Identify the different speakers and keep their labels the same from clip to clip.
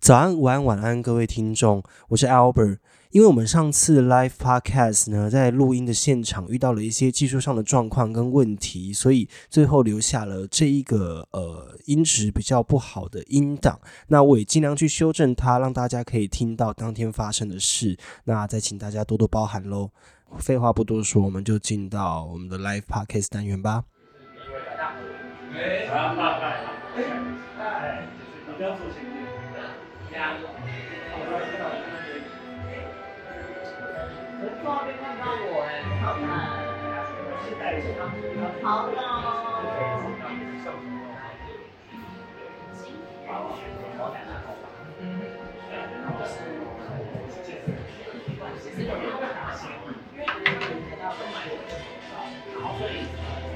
Speaker 1: 早安、午安、晚安，各位听众，我是 Albert。因为我们上次 live podcast 呢，在录音的现场遇到了一些技术上的状况跟问题，所以最后留下了这一个呃音质比较不好的音档。那我也尽量去修正它，让大家可以听到当天发生的事。那再请大家多多包涵喽。废话不多说，我们就进到我们的 live podcast 单元吧。
Speaker 2: 不错，没看到我哎，很好看。好了。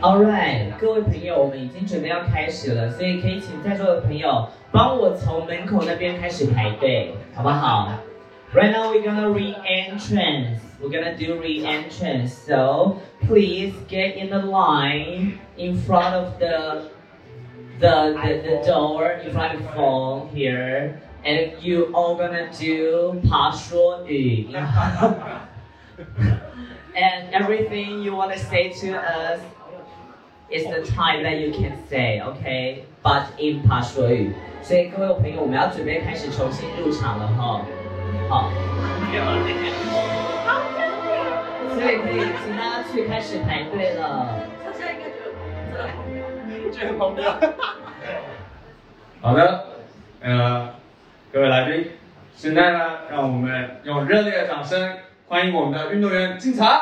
Speaker 2: All right，各位朋友，我们已经准备要开始了，所以可以请在座的朋友帮我从门口那边开始排队，好不好？Right now we're gonna re-entrance. We're gonna do re-entrance. So please get in the line in front of the the the, the door in front of the phone here. And you all gonna do 爬说语 And everything you wanna say to us is the time that you can say, okay? But in 爬说语。所以各位朋友，我们要准备开始重新入场了哈。好，所以可以请大家去开始排队了。
Speaker 3: 好的，呃，各位来宾，现在呢，让我们用热烈的掌声欢迎我们的运动员进场。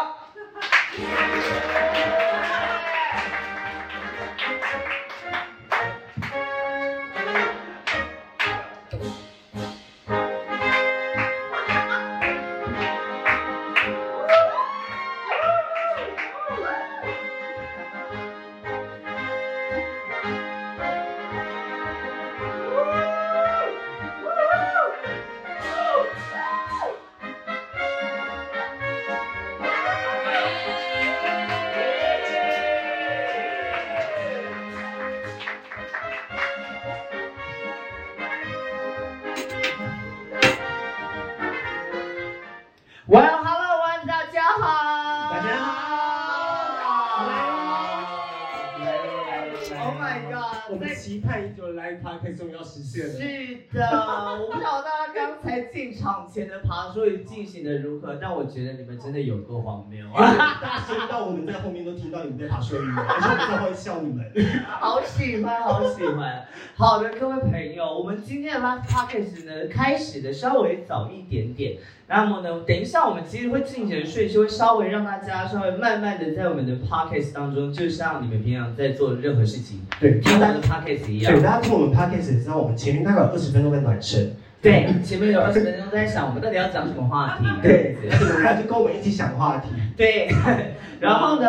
Speaker 2: 哇，Hello，哇，大家好，
Speaker 3: 大家好
Speaker 2: 来了来了来了，Oh my God，
Speaker 4: 我们期盼已久的 Live Podcast 终于要实现了。
Speaker 2: 是的，我不知道大家刚才进场前的爬说与进行的如何，但我觉得你们真的有够荒谬，啊
Speaker 4: 大声到我们在后面都听到你们在爬水语，而且我们都会笑你们。
Speaker 2: 好喜欢，好喜欢。好的，各位朋友，我们今天的 Last Podcast 呢，开始的稍微早一点点。那么呢，等一下我们其实会进行的顺序，会稍微让大家稍微慢慢的在我们的 Podcast 当中，就像你们平常在做的任何事情，
Speaker 4: 对，
Speaker 2: 听
Speaker 4: 听
Speaker 2: 我
Speaker 4: 大
Speaker 2: 们的 Podcast 一
Speaker 4: 所以
Speaker 2: 样。
Speaker 4: 大家听我们 Podcast 也知道，我们前面大概有二十分钟在暖身，
Speaker 2: 对，前面有二十分钟在想我们到底要讲什么话题。
Speaker 4: 对，而且大家就跟我们一起想话题。
Speaker 2: 对， 然后呢，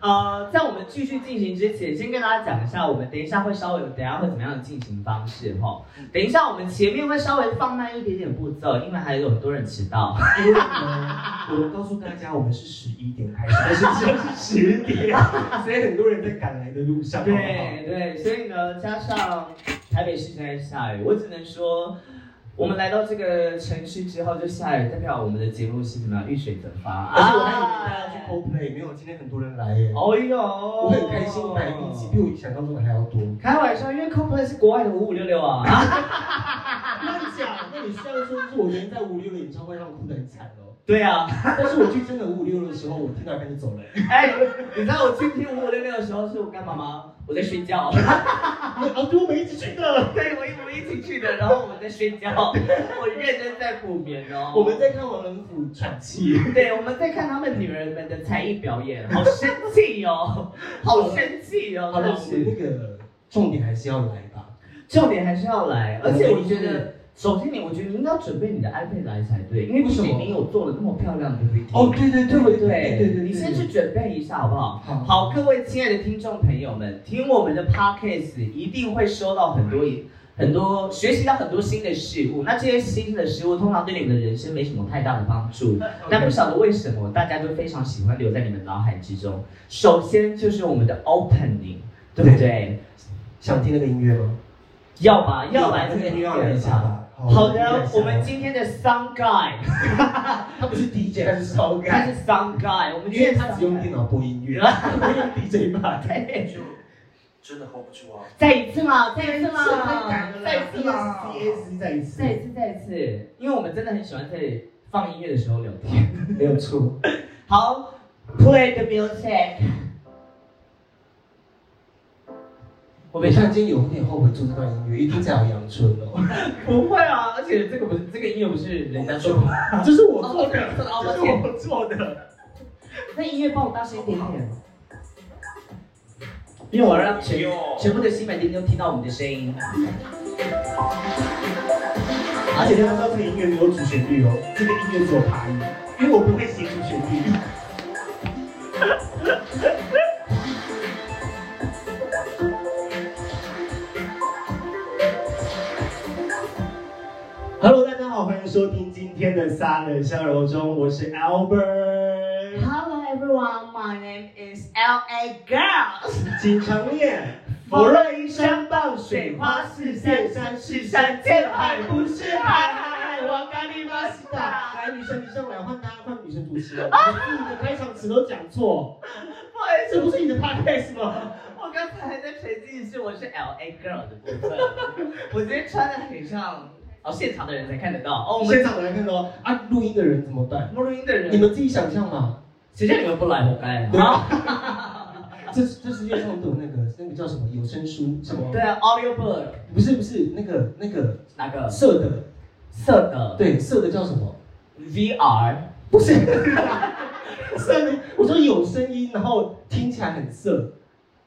Speaker 2: 呃，在我们继续进行之前，先跟大家讲一下，我们等一下会稍微，等一下会怎么样的进行方式哈、等一下我们前面会稍微放慢一点点步骤，因为还有很多人迟到。
Speaker 4: 因为呢，我们告诉大家我们是十一点开始，但是现在是十点，所以很多人在赶来的路上。好不好
Speaker 2: 对对，所以呢，加上台北市现在下雨，我只能说。我们来到这个城市之后就下雨，代表我们的节目是怎么样遇水则发啊！
Speaker 4: 而且我还以为大家去 CoPlay，没有，今天很多人来耶。
Speaker 2: 哦哟，
Speaker 4: 我很开心，买的比起比我想象中的还要多。
Speaker 2: 开玩笑，因为 CoPlay 是国外的五五六六啊。
Speaker 4: 乱讲！那你这样说，就是我昨天在五六的演唱会上哭得很惨哦。
Speaker 2: 对啊，
Speaker 4: 但是我去真的五六的时候，我听到一半就走了。
Speaker 2: 哎，你知道我去听五五六六的时候是我干嘛吗？我在睡觉。
Speaker 4: 啊，对，我们一起去的。
Speaker 2: 对，我一我一起去的，然后我在睡 觉，我认真在补眠哦。
Speaker 4: 我们在看王仁甫喘气。
Speaker 2: 对，我们在看他们女儿们的才艺表演，好生气 哦，好生气哦，
Speaker 4: 好
Speaker 2: 真的
Speaker 4: 了，我们
Speaker 2: 是。
Speaker 4: 那个重点还是要来吧。
Speaker 2: 重点还是要来，而且我觉得。首先你，我觉得你应该准备你的 iPad 来才对，因为毕
Speaker 4: 为什
Speaker 2: 竟
Speaker 4: 么
Speaker 2: 你有做了那么哦漂亮的 PPT。
Speaker 4: 对对
Speaker 2: 对不对？
Speaker 4: 对对对，
Speaker 2: 你先去准备一下好不好？
Speaker 4: 好
Speaker 2: 好，各位亲爱的听众朋友们，听我们的 podcast 一定会收到很多很多学习到很多新的事物。那这些新的事物通常对你们的人生没什么太大的帮 助，但不晓得为什么大家都非常喜欢留在你们脑海之中。首先就是我们的 opening，对不对？
Speaker 4: 想听那个音乐吗？
Speaker 2: 要吧，要来
Speaker 4: 那
Speaker 2: 这个
Speaker 4: 个音乐要来一下吧。
Speaker 2: 好的，我们今天的 Sun Guy，
Speaker 4: 他不是 DJ，他是烧
Speaker 2: 他
Speaker 4: 干，
Speaker 2: 是 Sun Guy，我们
Speaker 4: 因
Speaker 2: 今
Speaker 4: 为
Speaker 2: 天
Speaker 4: 他只用电脑播音乐，他不用 DJ 吧？
Speaker 2: 对，
Speaker 1: 真的 hold 不住啊！
Speaker 2: 再一次嘛，再
Speaker 4: 太
Speaker 2: 一次嘛，再一次嘛，
Speaker 4: ！CS 再一次
Speaker 2: 再，一次，再一次，因为我们真的很喜欢在放音乐的时候聊天。
Speaker 4: 没有错。
Speaker 2: 好，Play the music。
Speaker 4: 我们像今天有点后悔做这段音乐，一定再有阳春哦。
Speaker 2: 不会啊，而且这个不是这个音乐不是人家做的，
Speaker 4: 这是我
Speaker 2: 我
Speaker 4: 做
Speaker 2: 做的，
Speaker 4: 的，这
Speaker 2: 这
Speaker 4: 是
Speaker 2: 是
Speaker 4: 我做的。
Speaker 2: 那音乐帮我大声一点点，因为我要让全全部的新买店都听到我们的声音。
Speaker 4: 而且他说这个音乐没有主旋律哦，这个音乐只有爬音，因为我不会写主旋律。Hello，大家好，欢迎收听今天的《撒冷笑柔中》，我是 Albert，
Speaker 2: Hello everyone, my name is L A Girls。
Speaker 4: 经常练。
Speaker 2: 佛
Speaker 4: 佛
Speaker 2: 若
Speaker 4: 若
Speaker 2: 一
Speaker 4: 一
Speaker 2: 山
Speaker 4: 山
Speaker 2: 傍
Speaker 4: 傍
Speaker 2: 水
Speaker 4: 水，
Speaker 2: 花
Speaker 4: 花
Speaker 2: 似
Speaker 4: 似
Speaker 2: 溅
Speaker 4: 溅
Speaker 2: 山
Speaker 4: 山
Speaker 2: 是
Speaker 4: 是
Speaker 2: 山
Speaker 4: 山，
Speaker 2: 见
Speaker 4: 见
Speaker 2: 海
Speaker 4: 海
Speaker 2: 不
Speaker 4: 不
Speaker 2: 是
Speaker 4: 是
Speaker 2: 海
Speaker 4: 海，
Speaker 2: 海
Speaker 4: 海
Speaker 2: 海
Speaker 4: 海
Speaker 2: 我
Speaker 4: 我
Speaker 2: 咖
Speaker 4: 咖
Speaker 2: 喱
Speaker 4: 喱
Speaker 2: 巴
Speaker 4: 巴
Speaker 2: 西
Speaker 4: 西
Speaker 2: 达
Speaker 4: 达。来，女生女生来换她换女生主持人，你自己的开场词都讲错，
Speaker 2: 不好意
Speaker 4: 这不是你的 podcast 吗？
Speaker 2: 我刚才还在沉浸式我是 L A Girl 的部分，我今天穿的很像，哦，现场的人才看得到哦。我
Speaker 4: 现
Speaker 2: 们
Speaker 4: 场来看哦，啊，录音的人怎么办？啊
Speaker 2: 录音的人，
Speaker 4: 你们自己想象嘛，
Speaker 2: 谁叫你们不来活该
Speaker 4: 对
Speaker 2: 啊？
Speaker 4: 这这世界上都有那个那个叫什么有声书什么
Speaker 2: 对？啊，Audio Book
Speaker 4: 不是不是那个那个
Speaker 2: 哪个
Speaker 4: 色的，
Speaker 2: 色的
Speaker 4: 对色的叫什么？
Speaker 2: VR？
Speaker 4: 不是，色的我说有声音，然后听起来很色。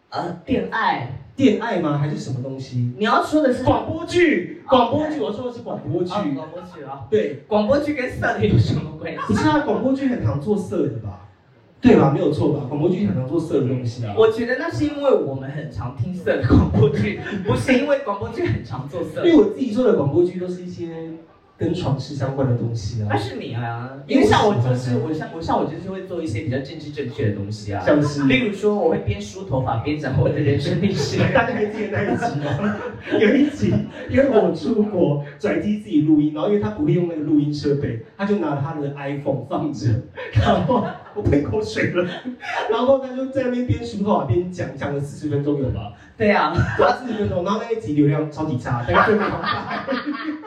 Speaker 2: 呃，恋爱？
Speaker 4: 恋爱吗？还是什么东西？
Speaker 2: 你要说的是
Speaker 4: 广播剧，广播剧，我说的是广播剧。
Speaker 2: 啊广播剧啊？
Speaker 4: 对，
Speaker 2: 广播剧跟色的有什么关系？
Speaker 4: 不是啊，广播剧很常做色的吧？对吧？没有错吧？广播剧很常做色的东西啊。
Speaker 2: 我觉得那是因为我们很常听色的广播剧，不是因为广播剧很常做色
Speaker 4: 因。为我自己做的广播剧都是一些跟床事相关的东西
Speaker 2: 那
Speaker 4: 啊，
Speaker 2: 是你啊，因为像我就是我像我像我就是会做一些比较政治正确的东西啊，
Speaker 4: 像是
Speaker 2: 例如说我会边梳头发边讲我的人生历 史。
Speaker 4: 大家还记得那一集吗？有一集，因为我出国转机自己录音，然后因为他不会用那个录音设备，他就拿他的 iPhone 放着，然后我喷口水了，然后他就在那边边梳头发边讲，讲了四十分钟有吧？
Speaker 2: 对啊，
Speaker 4: 花四十分钟，然后那一集流量超级差，大概最后两百。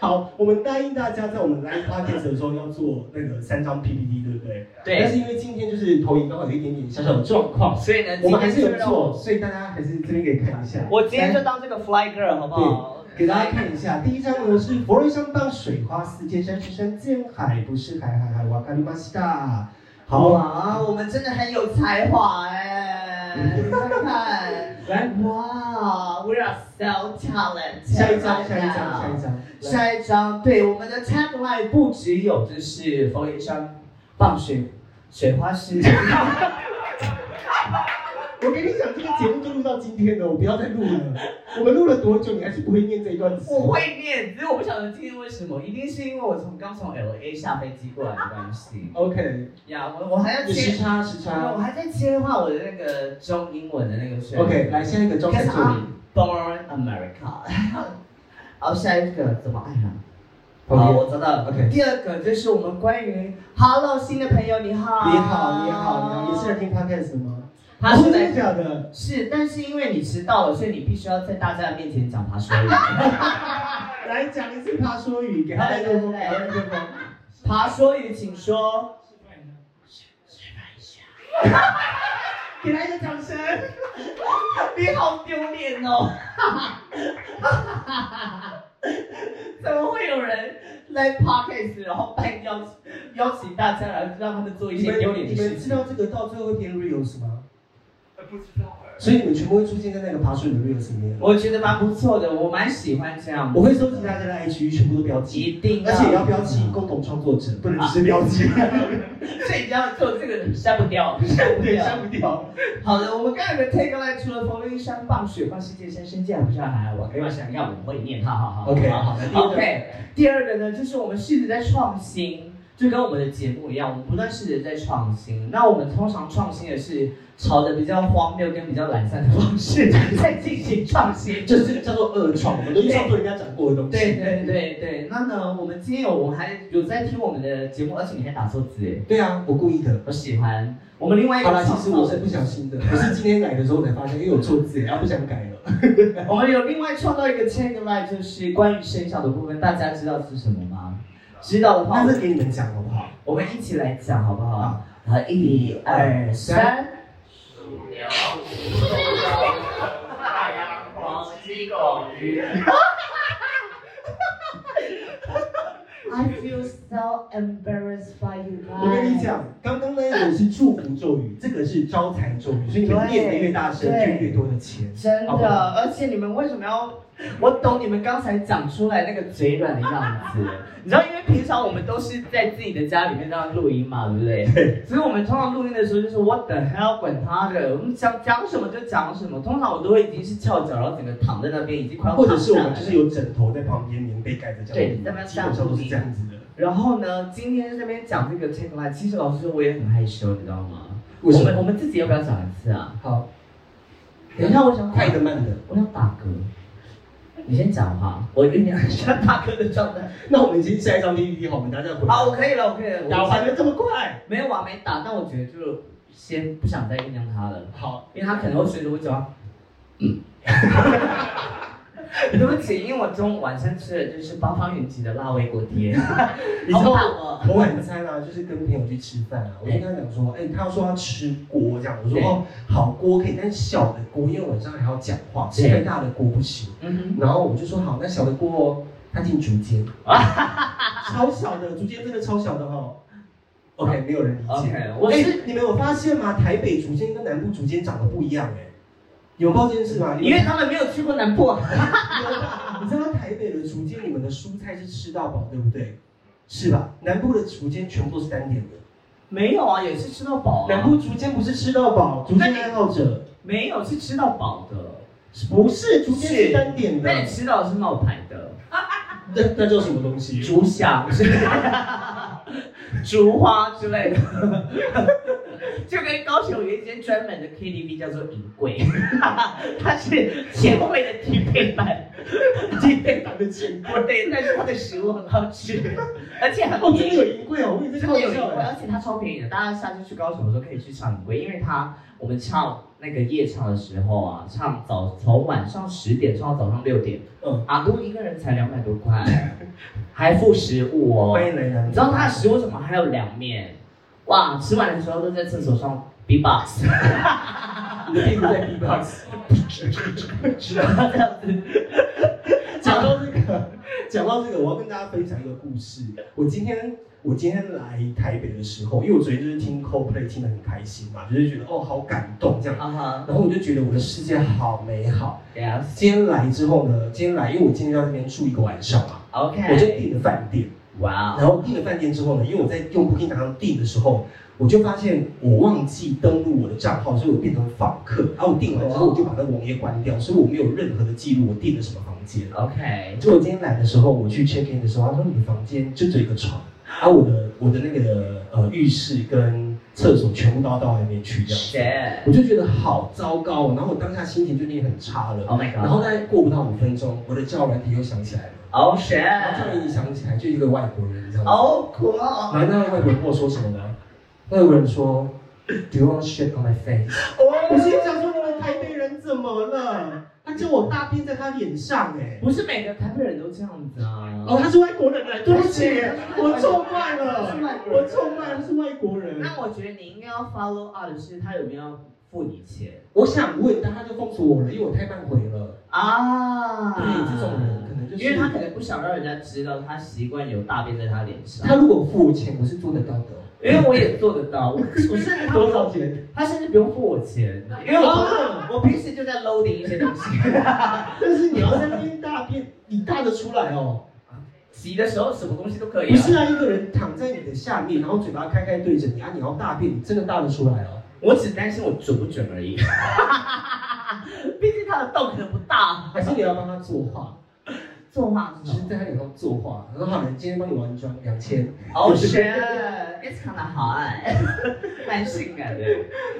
Speaker 4: 好，我们答应大家在我们 live podcast 的时候要做那个三张 PPT，对不对？但
Speaker 2: 对，
Speaker 4: 是因为今天就是投影刚好有一点点小小的状况，
Speaker 2: 所以呢，
Speaker 4: 我们还是有
Speaker 2: 让我
Speaker 4: 做，所以大家还是这边可以看一下。
Speaker 2: 我今天就当这个 fly girl 好不好？
Speaker 4: 给大家看一下，第一张呢是佛罗山傍水花四溅山是山见海不是海海海瓦卡利马西达。好，
Speaker 2: 哇，啊我们真的很有才华哎！ 你看看，
Speaker 4: 来
Speaker 2: 哇，we are so talented。
Speaker 4: 下一张，下一张，下一张。来
Speaker 2: 下一张，对我们的 tagline 不只有就是佛一山傍水水花诗，
Speaker 4: 我跟你讲，这个节目就录到今天了，我不要再录了。我们录了多久，你还是不会念这一段词？
Speaker 2: 我会念，只是我不晓得今天为什么，一定是因为我从刚从 L A 下飞机过来的关系
Speaker 4: OK，
Speaker 2: 呀，我我还要
Speaker 4: 有时
Speaker 2: 切，
Speaker 4: 差时差
Speaker 2: 我。还在切换我的那个中英文的那个旋律
Speaker 4: OK，来下一个，
Speaker 2: b
Speaker 4: 张
Speaker 2: e
Speaker 4: 凯助
Speaker 2: I'm
Speaker 4: 理。
Speaker 2: born America，好， 下一个怎么爱啊？好，
Speaker 4: OK，
Speaker 2: 我知道了。
Speaker 4: OK
Speaker 2: 第二个就是我们关于 Hello 新的朋友，你好，
Speaker 4: 你好，你好，你好，你是来听 podcast 的吗？
Speaker 2: 他是
Speaker 4: 真
Speaker 2: 在
Speaker 4: 的假的？
Speaker 2: 是，但是因为你迟到了，所以你必须要在大家的面前讲爬说语。
Speaker 4: 来讲一次他说语，给他麦克风，给他麦克风。
Speaker 2: 爬说语，请 说。
Speaker 4: 给他一个掌声。
Speaker 2: 你好丢脸哦！ 怎么会有人来 podcast，然后办邀邀请大家来让他们做一
Speaker 4: 你
Speaker 2: 些
Speaker 4: 们
Speaker 2: 丢脸的
Speaker 4: 你
Speaker 2: 事
Speaker 4: 们知
Speaker 2: 情？
Speaker 4: 道这个到最后会变 reels 吗？
Speaker 3: 不知 道哎。
Speaker 4: 所以你们全部会出现在那个爬树的 reels 里面。
Speaker 2: 我觉得蛮不错的，我蛮喜欢这样的。
Speaker 4: 我会收集大家的 IG，全部都标记，
Speaker 2: 一定，啊
Speaker 4: 而且也要标记，共同创作者，不能只是标记。
Speaker 2: 所以你要做这个删不掉，删不
Speaker 4: 对，
Speaker 2: 掉。
Speaker 4: 删不掉。
Speaker 2: 好的，我们刚才的 take line 除了佛林山傍水放世界山深见海不是海，我给我想一 下，我会念它，好好好
Speaker 4: OK，
Speaker 2: 好
Speaker 4: 好的第二个
Speaker 2: OK，第二个呢，就是我们试着在创新。就跟我们的节目一样，我们不断试着在创新。那我们通常创新的是朝着比较荒谬跟比较懒散的方式在进行创新。
Speaker 4: 就是这个叫做恶创，我们都去创作人家讲过的东西。
Speaker 2: 对对 对对，那呢，我们今天有我还有在听我们的节目，而且你还打错字哎，
Speaker 4: 对啊，我故意的。
Speaker 2: 我喜欢。我们另外一个
Speaker 4: 好啦，
Speaker 2: 创
Speaker 4: 其实我
Speaker 2: 造
Speaker 4: 是
Speaker 2: 的
Speaker 4: 不小 心的，我是今天来的时候才发现，因为我错字，然啊后不想改了。
Speaker 2: 我们有另外创造一个 tagline，就是关于声效的部分，大家知道是什么吗？知道的话
Speaker 4: 那，是给你们讲好不好？
Speaker 2: 我们一起来讲好不好
Speaker 4: 好？
Speaker 2: 好，一二三。I feel so embarrassed by you
Speaker 4: 我跟你讲，刚刚那一个是祝福咒
Speaker 2: 嗯
Speaker 4: 语，这个是招财咒语，所以你们念的越大声，就
Speaker 2: 对
Speaker 4: 越多的钱。
Speaker 2: 真
Speaker 4: 好不好
Speaker 2: 的，而且你们为什么要？哦我懂你们刚才讲出来那个嘴软的样子， 你知道，因为平常我们都是在自己的家里面这样录音嘛，对不对？对。所以我们通常录音的时候就是 What the hell，管他的，我们想讲什么就讲什么。通常我都会已经是翘脚，然后整个躺在那边，已经快要
Speaker 4: 或者是我
Speaker 2: 躺
Speaker 4: 们
Speaker 2: 下
Speaker 4: 就
Speaker 2: 来
Speaker 4: 是有枕头在旁边，棉被盖着这
Speaker 2: 对
Speaker 4: 样子，
Speaker 2: 在那边
Speaker 4: 基本上都是这样子的。
Speaker 2: 然后呢，今天这边讲这个 t a k e line，其实老实说我也很害羞，你知道吗？
Speaker 4: 为什
Speaker 2: 我们我
Speaker 4: 么？
Speaker 2: 们自己要不要讲一次啊？
Speaker 4: 好，
Speaker 2: 等一下，我想
Speaker 4: 快的慢的。
Speaker 2: 我想打嗝。你先讲哈，我酝酿一下大哥的状态。
Speaker 4: 那我们已经下一张 PPT 好，我们大家回来。
Speaker 2: 好，我可以了，我可以了。
Speaker 4: 打
Speaker 2: 我
Speaker 4: 完了这么快？
Speaker 2: 没有啊，没打，但我觉得就先不想再酝酿它了，
Speaker 4: 好，
Speaker 2: 因为它可能会随着我 讲。嗯。对不起，因为我中午晚上吃的就是八方云集的辣味锅贴，
Speaker 4: 你知道
Speaker 2: 好棒哦
Speaker 4: 我晚餐啊，就是跟朋友去吃饭啊，我就跟他讲说，哎、他说他吃锅这样，我说
Speaker 2: 对
Speaker 4: 哦，好锅可以，但是小的锅，因为晚上还要讲话，吃
Speaker 2: 对
Speaker 4: 太大的锅不行。
Speaker 2: 嗯
Speaker 4: 然后我就说好，那小的锅哦，他进竹 间，超小的，竹间真的超小的哦。OK，没有人理
Speaker 2: 哼
Speaker 4: 解。
Speaker 2: 啊，OK，
Speaker 4: 我
Speaker 2: 我
Speaker 4: 哎、
Speaker 2: 是
Speaker 4: 你们有发现吗？台北竹间跟南部竹间长得不一样哎、有报这件事吗？你
Speaker 2: 因
Speaker 4: 们
Speaker 2: 为他们没有去过南部啊，
Speaker 4: 你知道台北的竹间，你们的蔬菜是吃到饱，对不对？是吧？南部的竹间全部都是单点的，
Speaker 2: 没有啊，也是吃到饱
Speaker 4: 南
Speaker 2: 啊，
Speaker 4: 部竹间不是吃到饱，竹间爱好者
Speaker 2: 没有是吃到饱的，
Speaker 4: 不是竹间
Speaker 2: 是
Speaker 4: 是单点的
Speaker 2: 那，你吃到的是冒牌的。
Speaker 4: 那那叫什么东西？
Speaker 2: 竹香之类的，竹花之类的，就跟高雄有一间专门的 KTV 叫做银柜， 它是前卫的低配版，低配版的前卫，对，但是它的食物很好吃，而且很
Speaker 4: 哦，真
Speaker 2: 便
Speaker 4: 的
Speaker 2: 宜。
Speaker 4: 有银柜哦，我以为在
Speaker 2: 真
Speaker 4: 开
Speaker 2: 的有银
Speaker 4: 玩笑
Speaker 2: 柜，
Speaker 4: 哎。
Speaker 2: 而且它超便宜的。大家下次去高雄的时候可以去唱银柜，因为它我们唱那个夜唱的时候啊，唱早从晚上十点唱到早上六点，
Speaker 4: 嗯，
Speaker 2: 阿都一个人才两百多块，还附食物哦。
Speaker 4: 欢迎来南部。
Speaker 2: 你知道他的食物什么？还有凉面，哇！吃完的时候都在厕所上 B box，
Speaker 4: 你的屁股在 B box，
Speaker 2: 这样子。
Speaker 4: 讲到这个，讲到这个，我要跟大家分享一个故事。我今天我今天来台北的时候，因为我昨天就是听 Coldplay 听得很开心嘛，就是觉得哦好感动这样，
Speaker 2: 啊哈
Speaker 4: 然后我就觉得我的世界好美好。
Speaker 2: ，Yes，OK。
Speaker 4: 今天来之后呢，今天来，因为我今天要在那边住一个晚上嘛， 我就订了饭店。
Speaker 2: 哇
Speaker 4: 然后订了饭店之后呢，因为我在用 Booking 上订的时候，我就发现我忘记登录我的账号，所以我变成访客。然后我订完之后，我就把那个网页关掉，所以我没有任何的记录我订了什么房间。
Speaker 2: ，OK，
Speaker 4: 就我今天来的时候，我去 check in 的时候，他说你的房间就只有一个床，啊，我的我的那个呃浴室跟厕所全部都要到外面去这样。
Speaker 2: 是
Speaker 4: 我就觉得好糟糕哦，然后我当下心情就已经很差了。
Speaker 2: ，Oh my
Speaker 4: 然后
Speaker 2: God，
Speaker 4: 大概过不到五分钟，我的叫软体又响起来了，
Speaker 2: 哦
Speaker 4: 然后叫软体
Speaker 2: 是，
Speaker 4: 响起来就一个外国人这样子。
Speaker 2: 哦酷哦，
Speaker 4: 然后那个外国人跟我说什么呢？外国人说，Do you want shit on my face？我哦心想说，你们台北人怎么了？他叫我大便在他脸上哎、
Speaker 2: 不是每个台北人都这样子啊。
Speaker 4: 哦，他是外国人哎、对不起
Speaker 2: 他是，
Speaker 4: 我错怪
Speaker 2: 他是外
Speaker 4: 了，
Speaker 2: 国人
Speaker 4: 我错怪了，他是外国人。
Speaker 2: 那我觉得你应该要 follow up 的是他有没有付你钱
Speaker 4: 我想问，但他就封锁我了，因为我太慢回了。
Speaker 2: 啊？
Speaker 4: 对，这种人可能就是
Speaker 2: 因为他可能不想让人家知道他习惯有大便在他脸上。
Speaker 4: 他如果付我钱，我是做得到的。
Speaker 2: 因为我也做得到，我我甚至
Speaker 4: 多少钱？
Speaker 2: 他甚至不用付我钱，因为我
Speaker 4: 啊，
Speaker 2: 我平时就在 loading 一些东西，
Speaker 4: 但是你要在那边大便，你大得出来哦。
Speaker 2: 洗的时候什么东西都可以、
Speaker 4: 不
Speaker 2: 啊。
Speaker 4: 是啊，一个人躺在你的下面，然后嘴巴开开对着你啊，你要大便，你真的大得出来哦。
Speaker 2: 我只担心我准不准 而已。毕竟他的洞可能不大，
Speaker 4: 还是你要帮他作画？
Speaker 2: 作画
Speaker 4: 就是在他脸上作画，然后好人今天帮你完妆两千，
Speaker 2: 哦，是，it's kind of hot，蛮哎性 感的。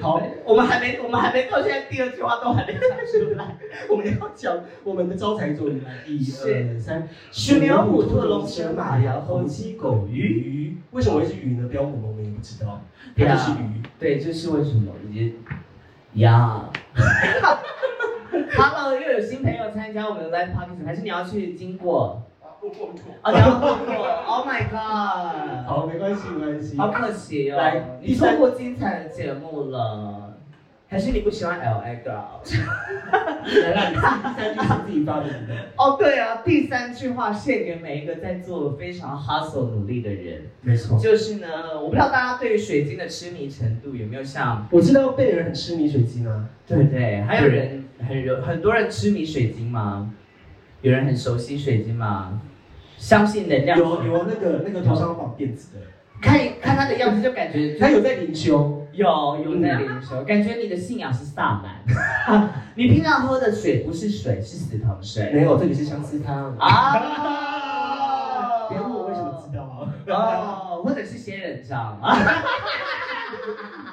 Speaker 4: 好，
Speaker 2: 我们还没，我们还没到现在第二句话都还没讲出来。
Speaker 4: 我们要讲我们的招财咒语来，一
Speaker 2: 是
Speaker 4: 二三，
Speaker 2: 鼠牛虎兔龙蛇马羊猴鸡狗鱼，
Speaker 4: 鱼，为什么会是鱼呢？标我们我们也不知道，它
Speaker 2: 对啊
Speaker 4: 就是鱼。
Speaker 2: 对，这是为什么？你呀 ，Hello，又有新朋友参加我们的 live podcast，还是你要去经过？
Speaker 4: 啊，不不不，
Speaker 2: 哦，你要经过，Oh my god，
Speaker 4: 好，没关系没关系。
Speaker 2: 好可惜哦，
Speaker 4: 来
Speaker 2: 你错过精彩的节目了。还是你不喜欢 L A Girl？
Speaker 4: 来啦，你自己第三句是自己发明的，
Speaker 2: 哦，对啊，第三句话献给每一个在做非常 hustle 努力的人，
Speaker 4: 没错。
Speaker 2: 就是呢，我不知道大家对于水晶的痴迷程度有没有像，
Speaker 4: 我知道贝尔很痴迷水晶啊，
Speaker 2: 对不对？还有人很有很多人痴迷水晶吗？有人很熟悉水晶吗？相信能量，
Speaker 4: 有有那个那个头上绑辫子的，
Speaker 2: 看看他的样子就感觉
Speaker 4: 他有在灵修，
Speaker 2: 有有在灵修，感觉你的信仰是萨满， 你平常喝的水不是水，是死藤
Speaker 4: 没
Speaker 2: 水
Speaker 4: 有，这里是相思汤。
Speaker 2: 啊！
Speaker 4: 别问我为什么知道啊，
Speaker 2: 哦，或者是仙人掌啊。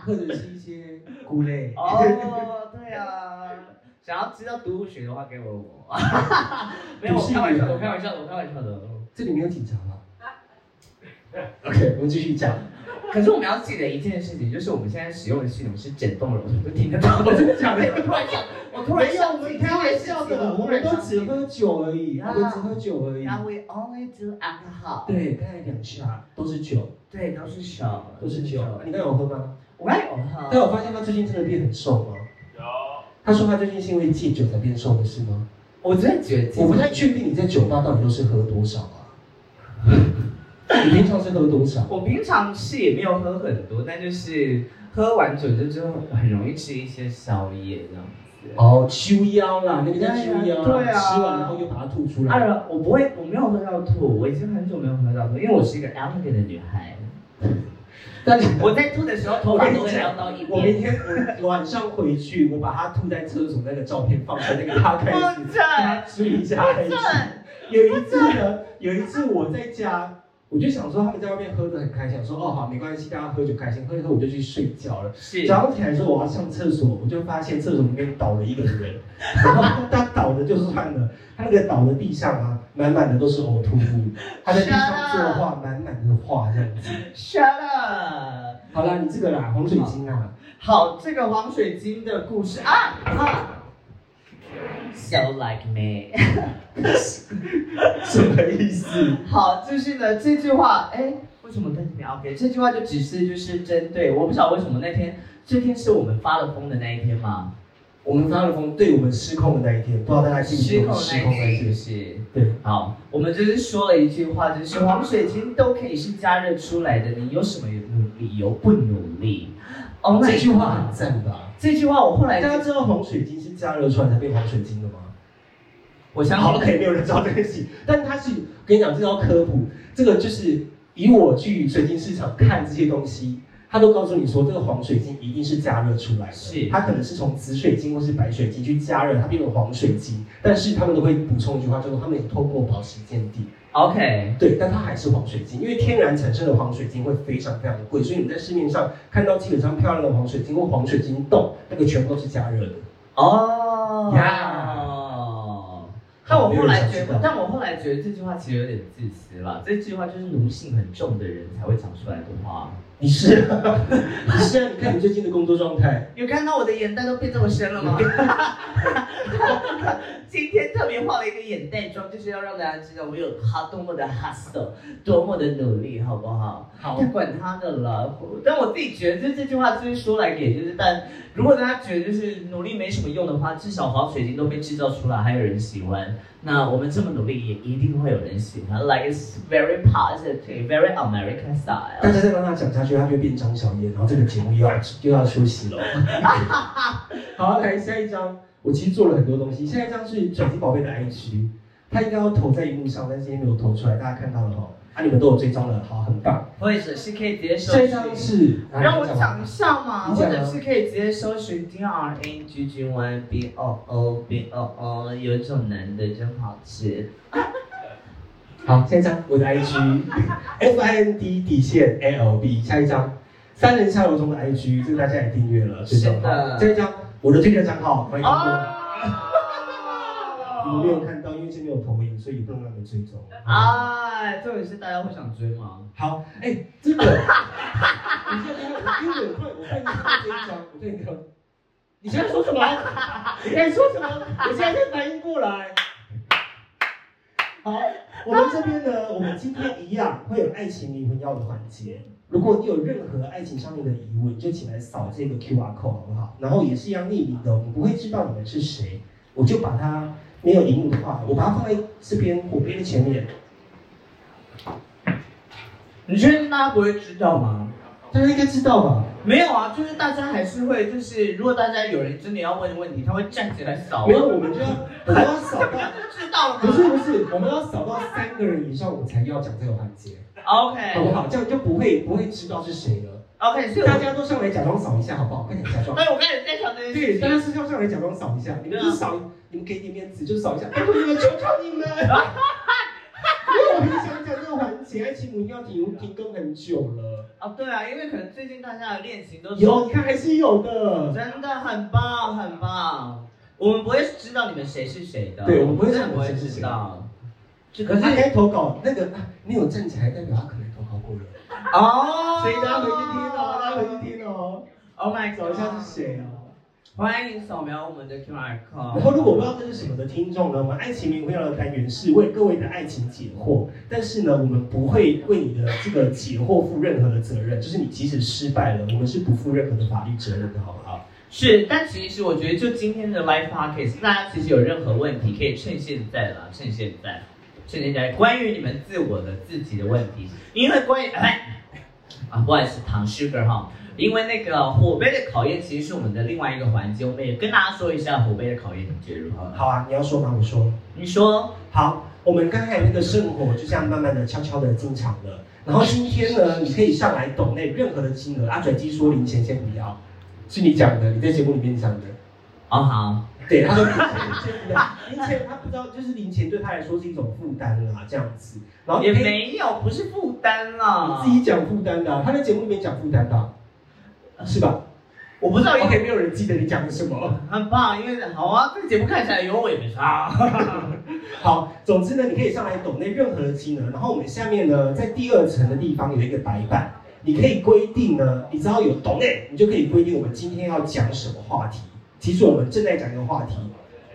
Speaker 4: 或者是一些菇类。
Speaker 2: 哦，对啊， 想要知道毒物学的话，给我 我。没有，我开玩笑，我开玩笑的，我开玩笑的。
Speaker 4: 这里没有警察吗 ？OK，我们继续讲。
Speaker 2: 可是我们要记得一件事情，就是我们现在使用的系统是整栋楼都听得 到的。
Speaker 4: 真的假的
Speaker 2: 我突然想，我突然想起，
Speaker 4: 我们都只喝酒而已，
Speaker 2: 啊
Speaker 4: 我们只喝酒而已。
Speaker 2: Now we only do alcohol。
Speaker 4: 对，大概两下都是酒，
Speaker 2: 对，都是酒，
Speaker 4: 啊都是酒。你刚有喝吗？
Speaker 2: 我刚有
Speaker 4: 但
Speaker 2: 喝。
Speaker 4: 我发现他最近真的变很瘦吗？
Speaker 3: 有。
Speaker 4: 他说他最近是因为戒酒才变瘦的是吗？
Speaker 2: 我真的觉得，
Speaker 4: 我不太确定你在酒吧到底都是喝多少啊？ 你平常是喝多少？啊
Speaker 2: 我平常是也没有喝很多，但就是喝完酒就之后很容易吃一些宵夜这样子。
Speaker 4: 哦，秋腰啦，那个叫秋腰啦，
Speaker 2: 对啊
Speaker 4: 吃完然后又把它吐出来。
Speaker 2: 啊，我不会，我没有喝到吐，我已经很久没有喝到吐，因为我是一个 elegant 的女孩。
Speaker 4: 但是
Speaker 2: 我在吐的时候头发都会撩到一
Speaker 4: 我
Speaker 2: 边。
Speaker 4: 明天我晚上回去，我把他吐在厕所那个照片放在那个他开始
Speaker 2: 不正，
Speaker 4: 注意一下开始。有一次呢，有一次我在家，我就想说他们在外面喝得很开心，我说哦好没关系，大家喝酒开心，喝一喝我就去睡觉了。
Speaker 2: 是
Speaker 4: 早上起来的时候我要上厕所，我就发现厕所里面倒了一个人，然后他倒的就算了，他那个倒的地上啊，满满的都是呕吐物，他在地 上
Speaker 2: 啊
Speaker 4: 作画，满满的画这样子。
Speaker 2: shut up。
Speaker 4: 好啦，你这个啦，黄水晶啊，
Speaker 2: 好，这个黄水晶的故事啊啊，so like me。
Speaker 4: 什么意思？
Speaker 2: 好，就是呢，这句话，哎，为什么在这边？OK，这句话就只是就是针对，我不晓得为什么那天，这天是我们发了疯的那一天嘛，
Speaker 4: 我们发了疯，对我们失控的那一天，不知道大家记不记
Speaker 2: 失
Speaker 4: 得
Speaker 2: 控
Speaker 4: 我们失控那
Speaker 2: 那一
Speaker 4: 一
Speaker 2: 天就
Speaker 4: 天？
Speaker 2: 是。
Speaker 4: 对，
Speaker 2: 好，我们就是说了一句话，就是黄水晶都可以是加热出来的，你有什么理由不努力？Oh my
Speaker 4: 这句话很
Speaker 2: God，
Speaker 4: 赞吧？
Speaker 2: 这句话我后
Speaker 4: 大
Speaker 2: 来
Speaker 4: 家知道黄水晶是加热出来才变黄水晶的吗？
Speaker 2: 我相
Speaker 4: 好
Speaker 2: 信
Speaker 4: ，OK，没有人知道这个戏，但它是跟你讲，这叫科普，这个就是以我去水晶市场看这些东西，它都告诉你说，这个黄水晶一定是加热出来的，
Speaker 2: 是
Speaker 4: 它可能是从紫水晶或是白水晶去加热，它变成黄水晶，但是他们都会补充一句话，叫做他们也透过宝石鉴定，
Speaker 2: OK，
Speaker 4: 对，但它还是黄水晶，因为天然产生的黄水晶会非常非常的贵，所以你在市面上看到基本上漂亮的黄水晶或黄水晶洞，那个全部都是加热的。
Speaker 2: 哦、
Speaker 4: 呀
Speaker 2: 但我后来觉
Speaker 4: 没有人想知
Speaker 2: 得
Speaker 4: 道，
Speaker 2: 但我后来觉得这句话其实有点自私了。这句话就是奴性很重的人才会讲出来的话。
Speaker 4: 你是、啊，你是啊，你看你最近的工作状态。
Speaker 2: 有看到我的眼袋都变这么深了吗？ 今天特别画了一个眼袋妆，就是要让大家知道我有哈多么的 hustle，多么的努力，好不好？
Speaker 4: 好
Speaker 2: 但管他的了。但我自己觉得，就这句话就是说来给，就是但如果大家觉得就是努力没什么用的话，至少黄水晶都被制造出来，还有人喜欢。那我们这么努力，也一定会有人喜欢。Like it's very positive, very American
Speaker 4: 大
Speaker 2: style。
Speaker 4: 家再让他讲下去，他就变张小燕，然后这个节目又要又要休息了。 好，来下一张，我其实做了很多东西。下一张是转机宝贝的 IG，他应该要投在荧幕上，但是今天没有投出来，大家看到了哈。啊，你们都有追踪了，好，很棒。
Speaker 2: 或者是可以直接收
Speaker 4: 下一
Speaker 2: 拾
Speaker 4: 张是，
Speaker 2: 让我讲一
Speaker 4: 一下。
Speaker 2: 下嘛，
Speaker 4: 你
Speaker 2: 或
Speaker 4: 讲啊
Speaker 2: 者是可以直接搜寻 D R A G G Y B O O B O O，有一种男的真好吃。
Speaker 4: 好，下一张，我 的 IG F I N D 底线 A L B，下一张，三人下楼中的 IG，这个大家也订阅了，这张
Speaker 2: 是的
Speaker 4: 下一张，我的推特账号，欢迎通过。你们没有
Speaker 2: 哦，
Speaker 4: 看到，因为这边有投影，所以不能让你们追踪。
Speaker 2: 啊，重点是大家会想追吗？
Speaker 4: 好，哎、这个，你现在我因为我快，我快看这一张，我这一张，你现在说什么？你在说什么？我现在才反应过来。好，我们这边呢，我们今天一样会有爱情灵魂药的环节。如果你有任何爱情上面的疑问，就请来扫这个 QR code 好不好？然后也是一样匿名的，我们不会知道你们是谁，我就把它没有荧幕的话，我把它放在这边火边的前面。
Speaker 2: 你确定大家不会知道吗？
Speaker 4: 大家应该知道吧？
Speaker 2: 没有啊，就是大家还是会，就是如果大家有人真的要问问题，他会站起来扫。
Speaker 4: 没有，我们就要我们要扫到，
Speaker 2: 就知道了
Speaker 4: 不
Speaker 2: 吗
Speaker 4: 是不是，我们要扫到三个人以上，我们才要讲这个环节，好不
Speaker 2: ？OK
Speaker 4: 好？这样就不会不会知道哎是谁了。
Speaker 2: OK，所以
Speaker 4: 大
Speaker 2: 我，
Speaker 4: 家都上来假装扫一下，好不好？快点假装。
Speaker 2: 哎，我刚才在想这件
Speaker 4: 对，
Speaker 2: 事
Speaker 4: 大家
Speaker 2: 情。
Speaker 4: 是要上来假装扫一下，你们
Speaker 2: 对
Speaker 4: 就
Speaker 2: 啊
Speaker 4: 扫，你们给点面子就扫一下，哎拜托你们，求求你们。因为我很想讲这个环节，爱情母要停停更很久了。
Speaker 2: 哦，对啊，因为可能最近大家的练习都是
Speaker 4: 有，你看还是有的。
Speaker 2: 真的很棒，很棒。我们不会知道你们谁是谁的，
Speaker 4: 对我们不会知
Speaker 2: 真的
Speaker 4: 道你
Speaker 2: 不
Speaker 4: 们
Speaker 2: 会
Speaker 4: 谁是谁
Speaker 2: 知道。这
Speaker 4: 可
Speaker 2: 可
Speaker 4: 是他
Speaker 2: 是
Speaker 4: 该投稿那个，你有站起来，代表他可能投稿过了。
Speaker 2: 哦，
Speaker 4: 所以大家回去听哦，大家回去听哦。
Speaker 2: Oh my
Speaker 4: 找
Speaker 2: god！
Speaker 4: 一下是谁哦。
Speaker 2: 欢迎扫描我们的 QR
Speaker 4: 然后，
Speaker 2: code。
Speaker 4: 如果不知道这是什么的听众呢，我们爱情灵魂药的单元是为各位的爱情解惑，但是呢，我们不会为你的这个解惑负任何的责任，就是你即使失败了，我们是不负任何的法律责任的，好不好？
Speaker 2: 是，但其实我觉得就今天的 live podcast，大家其实有任何问题可以趁现在啦，趁现在，趁现在关于你们自我的自己的问题，因为关于啊，不好意思，糖 sugar 哈。因为那个火杯的考验其实是我们的另外一个环节，我们也跟大家说一下火杯的考验，你觉得如何？
Speaker 4: 好啊，你要说吗？我说。
Speaker 2: 你说
Speaker 4: 好，我们刚才那个圣火就这样慢慢的、悄悄的进场了。然后今天呢，你可以上来抖内任何的金额，阿转基说零钱先不要，是你讲的，你在节目里面讲的。
Speaker 2: 哦好，
Speaker 4: 对，他说零钱不要，零钱他不知道，就是零钱对他来说是一种负担啦，这样子。然后
Speaker 2: 也
Speaker 4: 可以
Speaker 2: 没有，不是负担啦。
Speaker 4: 自己讲负担的啊、他在节目里面讲负担的啊、是吧？
Speaker 2: 我不知道，因为
Speaker 4: OK，没有人记得你讲的什么。
Speaker 2: 很棒，因为好啊，这个节目看起来有我也没 差。
Speaker 4: 好，总之呢，你可以上来抖内任何的金额，然后我们下面呢，在第二层的地方有一个白板，你可以规定呢，你只要有抖内，你就可以规定我们今天要讲什么话题。其实我们正在讲一个话题，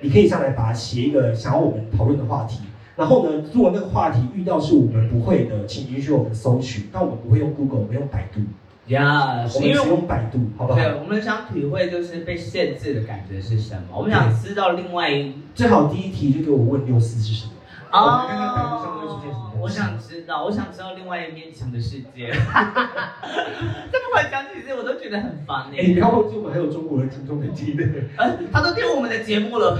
Speaker 4: 你可以上来把它写一个想要我们讨论的话题。然后呢，如果那个话题遇到是我们不会的，请允许我们搜取，但我们不会用 Google，我们用百度，
Speaker 2: 呀、
Speaker 4: 我
Speaker 2: 是
Speaker 4: 们
Speaker 2: 因为我
Speaker 4: 只用百度，好不好？
Speaker 2: 对，我们想体会就是被限制的感觉是什么，我们想知道另外一
Speaker 4: 最好第一题就给我问六四是什么。我们看看百度上会出现什么
Speaker 2: 哦哦，我想知道，我想知道另外一面墙的世 界。这不管讲几次我都觉得很烦哎、
Speaker 4: 哎、 你不要忘记我们还有中国的听众在听的，
Speaker 2: 呃，他都听我们的节目了，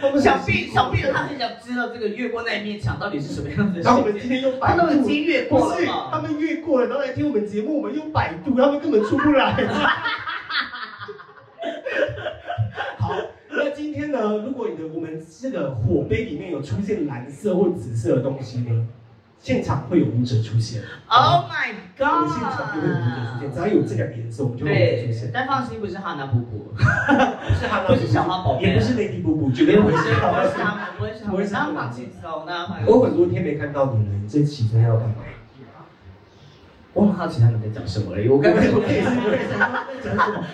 Speaker 4: 他们
Speaker 2: 想必想必他很想知道这个越过那一面墙到底是什么样子的
Speaker 4: 然后我们
Speaker 2: 世
Speaker 4: 今
Speaker 2: 界。
Speaker 4: 天用百
Speaker 2: 他
Speaker 4: 度
Speaker 2: 都，已经越
Speaker 4: 不
Speaker 2: 过了
Speaker 4: 是
Speaker 2: 嘛
Speaker 4: 他们越过了，然后来听我们节目，我们用百度，他们根本出不来。 好，那今天呢，如果你的我们这个火杯里面有出现蓝色或紫色的东西呢，现场会有舞者出现。
Speaker 2: Oh my
Speaker 4: 我们现场就会有舞者出现，只
Speaker 2: god！
Speaker 4: 要有这两个颜色，我们就会有舞者出
Speaker 2: 对
Speaker 4: 现，。
Speaker 2: 但放心，不是哈娜布布，
Speaker 4: 不是哈 娜
Speaker 2: 不是小花宝贝啊
Speaker 4: 也不是 Lady 布布，绝
Speaker 2: 也
Speaker 4: 对
Speaker 2: 不
Speaker 4: 不
Speaker 2: 是，
Speaker 4: 是
Speaker 2: 不是
Speaker 4: 小花宝贝
Speaker 2: 他们，不是他
Speaker 4: 不
Speaker 2: 们，
Speaker 4: 会是他
Speaker 2: 那
Speaker 4: 们
Speaker 2: 放轻松，那放轻
Speaker 4: 我
Speaker 2: 松。
Speaker 4: 很多天没看到你了，你这期真的要干嘛？
Speaker 2: 我很好奇他们在讲什么而已，我刚才
Speaker 4: 我也是，我也想说在讲什么？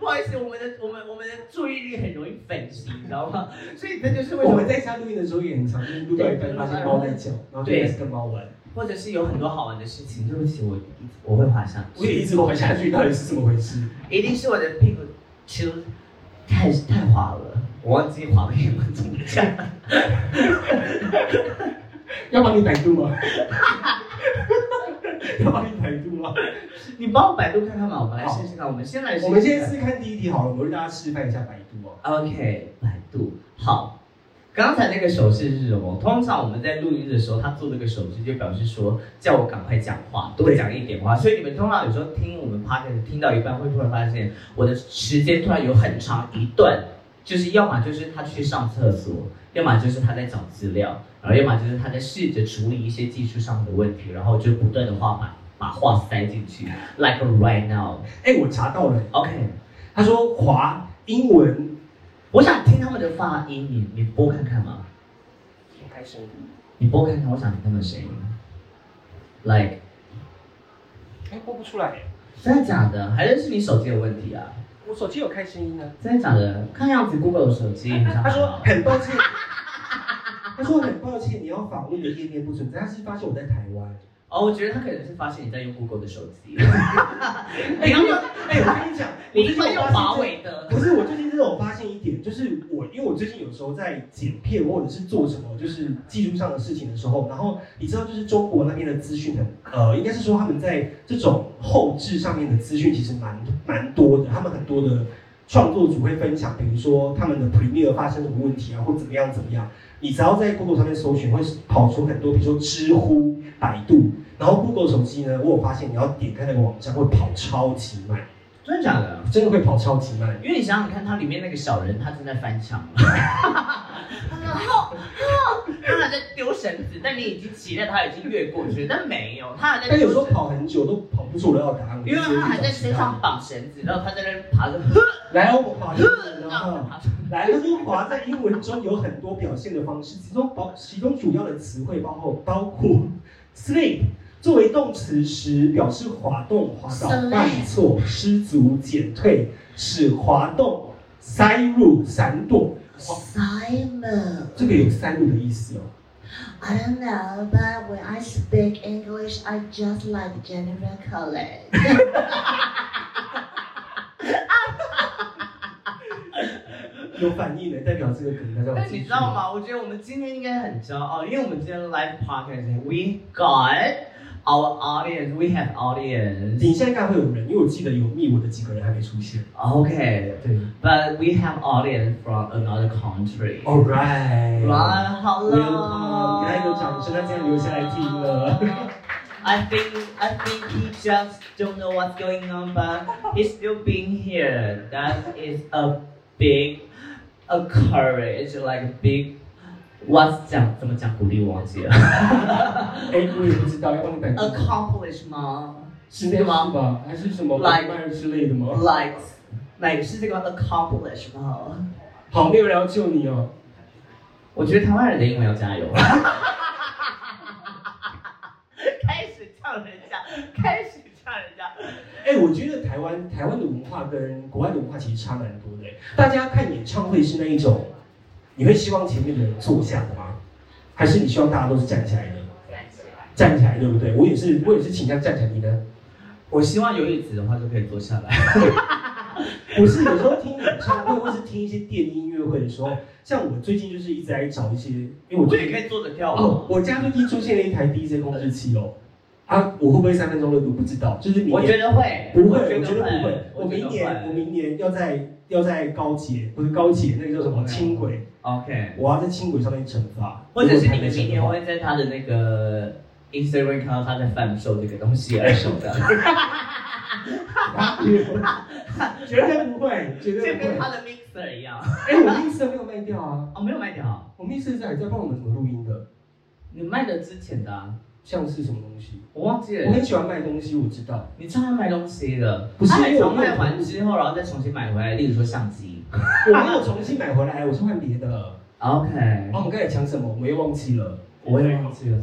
Speaker 2: 不好意思，我们的我们我们的注意力很容易分心，你知道吗？所以这就是为什
Speaker 4: 我
Speaker 2: 么，
Speaker 4: 们在家录音的时候也很常就是录到一半发现猫在叫，然后就开始跟猫玩。
Speaker 2: 或者是有很多好玩的事情。对不起，我我会滑下
Speaker 4: 我也一
Speaker 2: 去，
Speaker 4: 直玩下去，到底是怎么回 事？
Speaker 2: 一定是我的屁股球太太滑了，我忘记滑屁股怎么讲。
Speaker 4: 要帮你百度 吗？要帮你百度吗？
Speaker 2: 你帮我百度看看嘛，我们来试试看。我们先来试试看。
Speaker 4: 我们先试看第一题好了，我为大家示范一下百度哦。
Speaker 2: OK，百度好。刚才那个手势是什么？通常我们在录音的时候，他做这个手势就表示说叫我赶快讲话，多讲一点话。所以你们通常有时候听我们 podcast 听到一半，会突然发现我的时间突然有很长一段，就是要么就是他去上厕所，要么就是他在找资料，然后要么就是他在试着处理一些技术上的问题，然后就不断的话把把话塞进去，like right now。
Speaker 4: 哎，我查到了，
Speaker 2: OK，
Speaker 4: 他说华英文
Speaker 2: 我想听他们的发音，你你播看看嘛，
Speaker 4: 开始
Speaker 2: 你播看看，我想听他们的声音。Like，
Speaker 4: 哎播不出来，
Speaker 2: 真的假的？还是是你手机有问题啊？
Speaker 4: 我手机有开声音呢。
Speaker 2: 真的假的？看样子 Google 手机很像。
Speaker 4: 他说很抱歉，他说很抱歉，你要访问的页面不存在，他是发现我在台湾。
Speaker 2: 哦，我觉得他可能是发现你在用 Google 的手机。
Speaker 4: 哎，他们哎，我跟你讲，我
Speaker 2: 你
Speaker 4: 最
Speaker 2: 是
Speaker 4: 近有
Speaker 2: 用
Speaker 4: 发现
Speaker 2: 华为的。
Speaker 4: 不是，我最近真的有发现一点，就是我，因为我最近有时候在剪片或者是做什么就是技术上的事情的时候，然后你知道，就是中国那边的资讯很，呃，应该是说他们在这种后置上面的资讯其实蛮蛮多的，他们很多的创作组会分享，比如说他们的 Premiere 发生什么问题啊，或怎么样怎么样，你只要在 Google 上面搜寻，会跑出很多，比如说知乎、百度，然后 Google 手机呢，我有发现你要点开那个网站会跑超级慢，
Speaker 2: 真的假的？
Speaker 4: 真的会跑超级慢。
Speaker 2: 因为你想想看，它里面那个小人，他正在翻墙，然后，他还在丢绳子，但你已经期待他已经越过去了，但没有，他还在
Speaker 4: 但有
Speaker 2: 丢
Speaker 4: 时候
Speaker 2: 绳子，
Speaker 4: 跑很久都跑不出我要的答案，
Speaker 2: 因为他还在身上绑绳子，然后他在那边爬着，呵
Speaker 4: 来哦，我跑
Speaker 2: 然后
Speaker 4: 了。
Speaker 2: 爬出
Speaker 4: 来，他说华在英文中有很多表现的方式，其中包其中主要的词汇包括包括 sleep 作为动词时表示滑动、滑倒、
Speaker 2: Sleep
Speaker 4: 犯错、失足、减退，使滑动、塞入、闪躲。
Speaker 5: Simon,
Speaker 4: 这个有塞入的意思哦。
Speaker 5: I don't know, but when I speak English, I just like Jennifer College.
Speaker 4: 有反应的代表这个可能大家有
Speaker 2: 但
Speaker 4: 兴
Speaker 2: 你
Speaker 4: 趣
Speaker 2: 知道？吗？我觉得我们今天应该很骄傲，因为我们今天 live podcast，we got our audience，we have
Speaker 4: 你
Speaker 2: audience。
Speaker 4: 现在应该会有人，因为我记得有密我的几个人还没出现。
Speaker 2: Okay,
Speaker 4: 对
Speaker 2: but we have audience from another country.
Speaker 4: ，All right，
Speaker 2: 哇，好了，
Speaker 4: Welcome，给他一个掌声他竟然留下来听 了。
Speaker 2: I think I think he just don't know what's going on, but he's still being here. That is a big a courage, like a big. What's 讲怎么讲鼓励我忘记了
Speaker 4: 哎，我也不知道，要帮你百度
Speaker 2: ，accomplish 吗？
Speaker 4: 是
Speaker 2: 呃是
Speaker 4: 那
Speaker 2: 这
Speaker 4: 个
Speaker 2: 个
Speaker 4: 吗？
Speaker 2: 吗
Speaker 4: 吧？还是什么
Speaker 2: Like-
Speaker 4: 外卖之类的吗？
Speaker 2: ？Like 哪个是这个 accomplish 吗？
Speaker 4: 好，没有人要救你哦。
Speaker 2: 我觉得台湾人的英文要加油。 开始呛人家，开始呛人家。
Speaker 4: 哎，我觉得台湾台湾的文化跟国外的文化其实差蛮多的。大家看演唱会是那一种，你会希望前面的人坐下的吗？还是你希望大家都是站起来的？站起来，对不对？我也是，我也是倾向站起来。你呢？
Speaker 2: 我希望有椅子的话就可以坐下 来。
Speaker 4: 不是，有时候听演唱会或是听一些电音乐会的时候，像我最近就是一直在找一些，因为我
Speaker 2: 我
Speaker 4: 最
Speaker 2: 也
Speaker 4: 近
Speaker 2: 可以坐着跳
Speaker 4: 哦，
Speaker 2: 舞。
Speaker 4: 我家最近出现了一台 DJ 控制器哦，啊，我会不会三分钟热度不知道，就是明
Speaker 2: 我
Speaker 4: 年
Speaker 2: 觉得会，
Speaker 4: 不会，我
Speaker 2: 觉
Speaker 4: 觉
Speaker 2: 得
Speaker 4: 得不会，我
Speaker 2: 我
Speaker 4: 明年我
Speaker 2: 明
Speaker 4: 明年要在要在高铁不是高铁那个叫什
Speaker 2: 哦
Speaker 4: 么轻轨，
Speaker 2: OK，
Speaker 4: 我要在轻轨上面惩罚，
Speaker 2: 啊或者是你
Speaker 4: 如果
Speaker 2: 们
Speaker 4: 台北
Speaker 2: 明
Speaker 4: 城的
Speaker 2: 年
Speaker 4: 话
Speaker 2: 会在他的那个 Instagram 看到他在贩售这个东西二手的，
Speaker 4: 绝对不会，绝
Speaker 2: 就
Speaker 4: 对不会
Speaker 2: 跟。他的 mixer 一样。
Speaker 4: 哎，我 mixer 没有卖掉啊，
Speaker 2: 哦，没有卖掉，
Speaker 4: 我 mixer 在在帮我们怎么录音的，
Speaker 2: 你卖的之前的啊，
Speaker 4: 像是什么东西？
Speaker 2: 我忘记
Speaker 4: 我
Speaker 2: 了。
Speaker 4: 很喜欢卖东西，我知道。
Speaker 2: 你知道他卖东西的，
Speaker 4: 不是
Speaker 2: 他啊很
Speaker 4: 因为我
Speaker 2: 常卖完之后，然后再重新买回来，例如说相机。
Speaker 4: 我没有重新买回来，我是换别的。
Speaker 2: OK，
Speaker 4: 啊，我们刚才讲什么？我们又忘记了。
Speaker 2: 我也忘记了。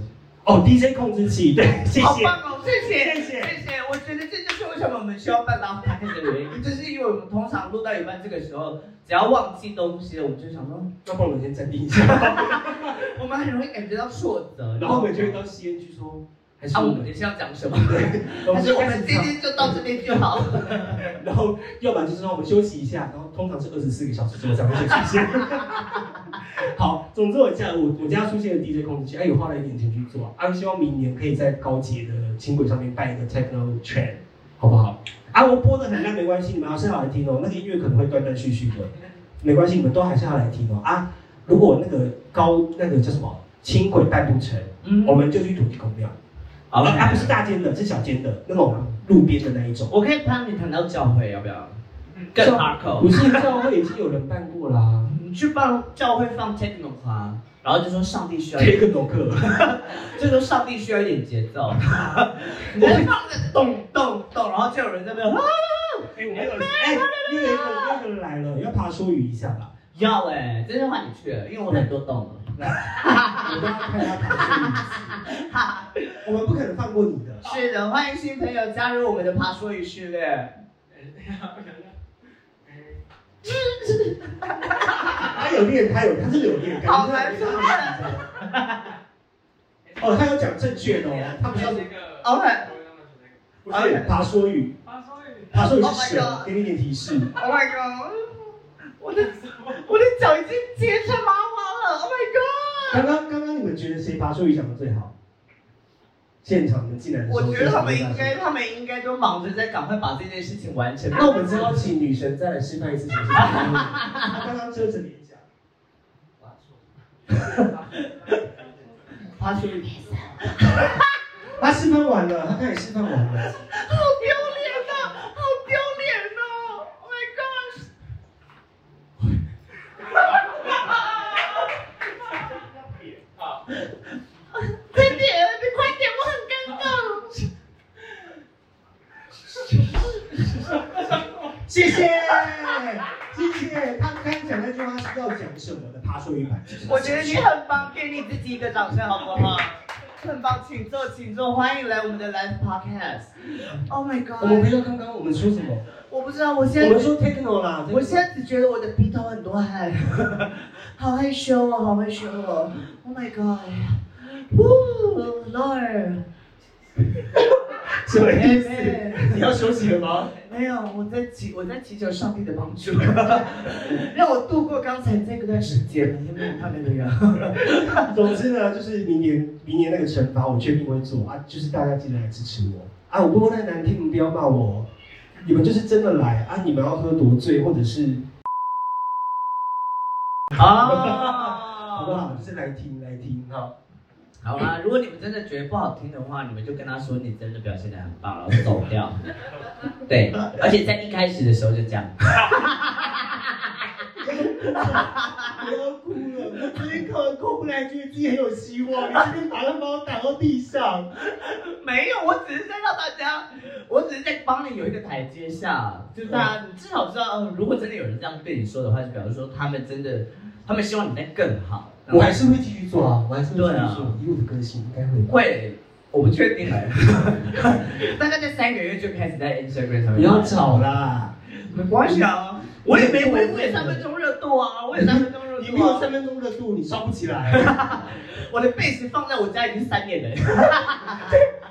Speaker 4: 哦，DJ 控制器，对，谢
Speaker 2: 好
Speaker 4: 谢。
Speaker 2: 棒哦，谢谢
Speaker 4: 谢谢
Speaker 2: 谢谢，我觉得这就是为什么我们需要办 live podcast 的原因，就是因为我们通常录到一半这个时候，只要忘记东西了，我们就想说，
Speaker 4: 那帮我们先暂停一下，
Speaker 2: 我们很容易感觉到挫折，
Speaker 4: 然后我们就会到吸烟区说，还是
Speaker 2: 啊，
Speaker 4: 我
Speaker 2: 我
Speaker 4: 们
Speaker 2: 们等一下要讲什么？
Speaker 4: 我
Speaker 2: 但
Speaker 4: 们
Speaker 2: 是
Speaker 4: 就
Speaker 2: 我
Speaker 4: 开
Speaker 2: 们
Speaker 4: 始
Speaker 2: 今
Speaker 4: 唱，
Speaker 2: 天就到这边就好了。
Speaker 4: 然后要不然就是让我们休息一下，然后通常是二十四个小时之后才会休息一下。 好，总之我家我我家出现的 DJ 控制器，哎，有花了一点钱去做，啊，希望明年可以在高捷的轻轨上面办一个 techno trend，好不好？啊，我播的很烂没关系，你们还是要来听哦，那个音乐可能会断断续续的，没关系，你们都还是要来听哦。啊，如果那个高那个叫什么轻轨办不成，
Speaker 2: 嗯哎
Speaker 4: 我们就去土地公庙。
Speaker 2: 好
Speaker 4: 它不是大间的，是小间的那种路边的那一种。
Speaker 2: 我可以帮你谈到教会，要不要？更
Speaker 4: 教
Speaker 2: hardcore，
Speaker 4: 不是教会已经有人办过啦、
Speaker 2: 你去帮教会放 techno 啊，然后就说上帝需要一
Speaker 4: 可 以
Speaker 2: 点，
Speaker 4: 更懂课。
Speaker 2: 就说上帝需要一点节奏。你在放那个 咚咚咚，然后就有人在那边啊，
Speaker 4: 哎，我们有哎，那个那个来了，要爬说语一下吧。
Speaker 2: 要哎、真是换你去了，因为我很多洞了。
Speaker 4: 我们要看他爬说语一次，我们不可能放过你的。
Speaker 2: 是的，欢迎新朋友加入我们的爬说语序列。
Speaker 4: 他有练，他有，他是有练，
Speaker 2: 好
Speaker 4: 感
Speaker 2: 难
Speaker 4: 觉
Speaker 2: 说
Speaker 4: 他有练。哦，他有讲正确的哦，他不是要不是
Speaker 2: OK
Speaker 4: 爬说语，爬说语是谁
Speaker 2: Oh my？god
Speaker 4: 给你一点提示。
Speaker 2: Oh my god！我的我的脚已经结成麻花了。Oh my
Speaker 4: 刚刚刚刚你们觉得谁爬说语讲的最好？现场你们进来的
Speaker 2: god！
Speaker 4: 时候，
Speaker 2: 我觉得他们应该，
Speaker 4: 谁爬说语
Speaker 2: 他们应该都忙着在赶快把这件事情完成。
Speaker 4: 那我们之后请女神再来示范一次什么是爬说语。她刚刚遮着脸讲。
Speaker 2: 爬说语，
Speaker 4: 他示范完了，他开始示范完
Speaker 2: 好
Speaker 4: 了。
Speaker 2: 丢脸呐、好丢脸呐、Oh my gosh！快点，你快点，我很尴尬。
Speaker 4: 谢谢，谢谢。他刚刚讲那句话是要讲什么的？爬树一百。
Speaker 2: 我觉得你很棒，给你自己一个掌声好不好？很棒，请坐，请坐，欢迎来我们的 Live Podcast。Oh my
Speaker 4: 我们
Speaker 2: god！
Speaker 4: 回到刚刚我们说什么？
Speaker 2: 我不知道，我
Speaker 4: 我
Speaker 2: 现在
Speaker 4: 们说 techno 啦。
Speaker 2: 我现在只觉得我的鼻头很多汗， 好害羞哦，好害羞哦。Oh my god！Woo, Lord！
Speaker 4: 什么意思？你要休息了吗？
Speaker 2: 没有，我在祈我在祈求上帝的帮助， 让我度过刚才这个段时间。因为我怕那个 样。
Speaker 4: 总之呢，就是明年明年那个惩罚我确定会做啊，就是大家记得来支持我啊！我不过太难听，你们不要骂我哦。你们就是真的来啊！你们要喝多醉，或者是好不
Speaker 2: 啊！
Speaker 4: 好？就是来听来听哈。
Speaker 2: 好啦， 如果你们真的觉得不好听的话，你们就跟他说你真的表现得很棒，然后走 掉。对，而且在一开始的时候就这 样。
Speaker 4: 不要哭了，我昨天看完哭回来，觉得自己很有希望。你今天马上把我打到地上，
Speaker 2: 没有，我只是在让大家，我只是在帮你有一个台阶下，就是大家你至少知道，呃如果真的有人这样对你说的话，就表示说他们真的，他们希望你在更好。
Speaker 4: 我还是会继续做啊，我还是会
Speaker 2: 对
Speaker 4: 继续
Speaker 2: 啊
Speaker 4: 做。以我的个性，应该会吧。
Speaker 2: 会，我不确定哎，大概在三个月就开始在 Instagram 上面。
Speaker 4: 不要，吵啦，
Speaker 2: 没关系啊，我也没我也三分钟热度啊，我也三分钟热
Speaker 4: 你
Speaker 2: 度
Speaker 4: 没有
Speaker 2: 啊，
Speaker 4: 三分钟热度，你烧不起来。
Speaker 2: 我的 base 放在我家已经三年了。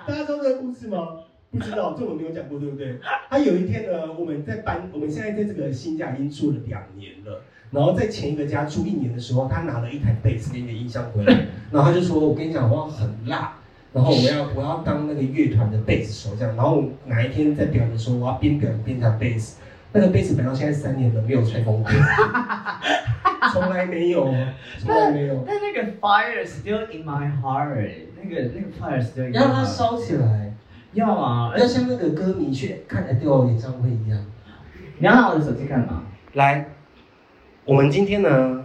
Speaker 4: 大家知道这个故事吗？不知道，这我没有讲过，对不对？他有一天呢，我们在搬，我们现在在这个新家已经住了两年了。然后在前一个家住一年的时候，他拿了一台贝斯给你的音箱回来，然后他就说：“我跟你讲，我要很辣，然后我要我要当那个乐团的贝斯手这样。”然后哪一天在表演的时候，我要边表演边弹贝斯。那个贝斯本到现在三年了，没有吹风过， 从来没有，从来没有，
Speaker 2: 但那个 fire still in my heart，那个那个 fire still in my
Speaker 4: 要让它
Speaker 2: heart，
Speaker 4: 烧起来，
Speaker 2: 要啊，
Speaker 4: 要像那个歌迷去看 Adele 演唱会一样。
Speaker 2: 你要拿我的手机干嘛？
Speaker 4: 来，我们今天呢，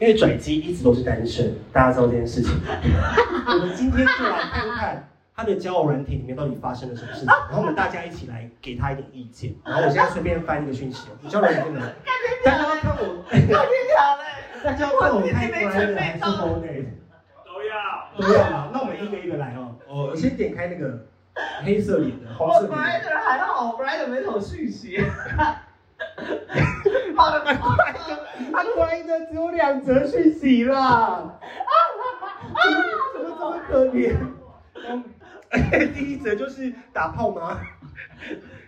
Speaker 4: 因为拽鸡一直都是单身，大家知道这件事 情。我们今天就来看看他的交友软体里面到底发生了什么事情，然后我们大家一起来给他一点意见。然后我现在随便翻一个讯息，你交友软体呢？大家要看我，
Speaker 2: 我跟你讲嘞。
Speaker 4: 大家要看我开关的还是红的？都要嘛，那我们一个一个来哦。哦，我先点开那个黑色脸的，黄
Speaker 2: 我
Speaker 4: 色
Speaker 2: 本
Speaker 4: 脸
Speaker 2: 来
Speaker 4: 的。
Speaker 2: 的还好，我本来的没有讯息。好了，好了，
Speaker 4: 他果然啊的只有两则讯息啦，怎么怎么这么可怜？嗯第一则就是打炮吗？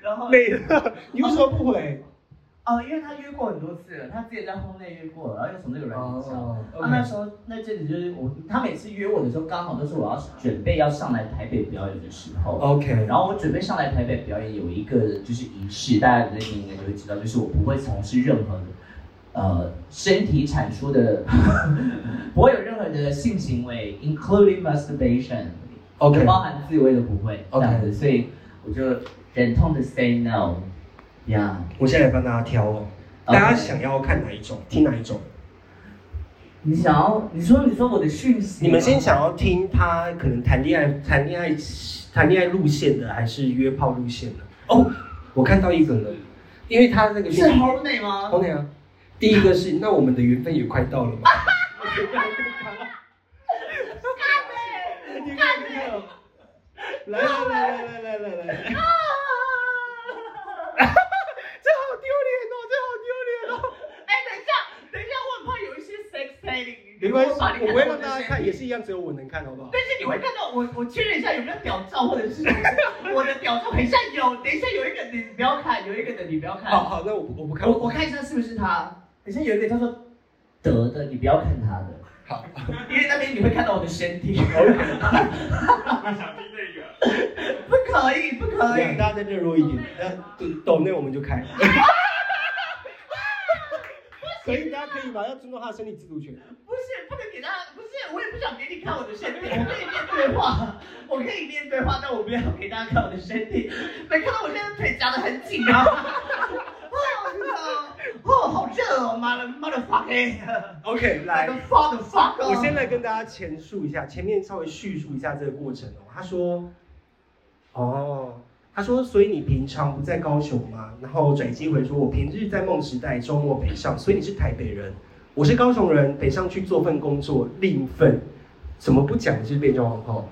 Speaker 2: 然后
Speaker 4: 累了，你为什么不回？
Speaker 2: 哦，因为他约过很多次了，他自己在婚内约过，然后又从那个软件上。
Speaker 4: 哦
Speaker 2: 他那时候那阵子就是我，他每次约我的时候，刚好都是我要准备要上来台北表演的时
Speaker 4: 哦
Speaker 2: 候。
Speaker 4: ，OK，
Speaker 2: 然后我准备上来台北表演，有一个就是仪式，大家在听应该就会知道，就是我不会从事任何的呃身体产出的， 不会有任何的性行为，including masturbation，
Speaker 4: OK
Speaker 2: 包含自慰都不会这
Speaker 4: OK
Speaker 2: 样子所以我就忍痛的 say no，呀、
Speaker 4: 我现在来帮大家挑哦，
Speaker 2: OK
Speaker 4: 大家想要看哪一种，听哪一种？
Speaker 2: 你想要你说你说我的讯息吗，
Speaker 4: 你们先想要听他可能谈恋爱、谈恋爱、谈恋爱路线的，还是约炮路线的？哦，我看到一个了，因为他那个
Speaker 2: 是 Horny 吗？
Speaker 4: 红娘，第一个是那我们的缘分也快到了吗？来来来来来来来来！这好丢脸哦，这好丢脸哦！
Speaker 2: 哎，等一下，等一下，我很怕有一些 sex selling。
Speaker 4: 没关系
Speaker 2: 我怕，你
Speaker 4: 我
Speaker 2: 看
Speaker 4: 不会
Speaker 2: 到
Speaker 4: 让大家看，也是一样，只有我能看，好不好？
Speaker 2: 但是你会看到我，我确认一下有没有屌照，或者是我的屌照很像有。等一下有一个你不要看，有一个的你不要看。
Speaker 4: 好好，那我不我不看，
Speaker 2: 我我看一下是不是他。等一下有一个叫做德的，你不要看他的。
Speaker 4: 好，
Speaker 2: 因为那边你会看到我的身体。
Speaker 3: 我想听那个，
Speaker 2: 不可以，不可以
Speaker 4: 让。大家再热络一点，呃，抖内我们就开。可以，大家可以吧？要尊重他的身体自主权。
Speaker 2: 不是，不能给他，不是，我也不想给你看我的身体，我跟你练对话， 我跟你练对话，但我不要给大家看我的身体。没看到我现在腿夹得很紧啊！哎哦，哦，好热哦，妈的，妈的 fuck，
Speaker 4: OK，
Speaker 2: 来
Speaker 4: 来
Speaker 2: 个，fuck fuck，
Speaker 4: 我先来跟大家前述一下，前面稍微叙述一下这个过程哦。他说，哦，他说，所以你平常不在高雄吗？然后转机回说，我平日在梦时代，周末北上，所以你是台北人，我是高雄人，北上去做份工作，另一份，怎么不讲是变装皇后？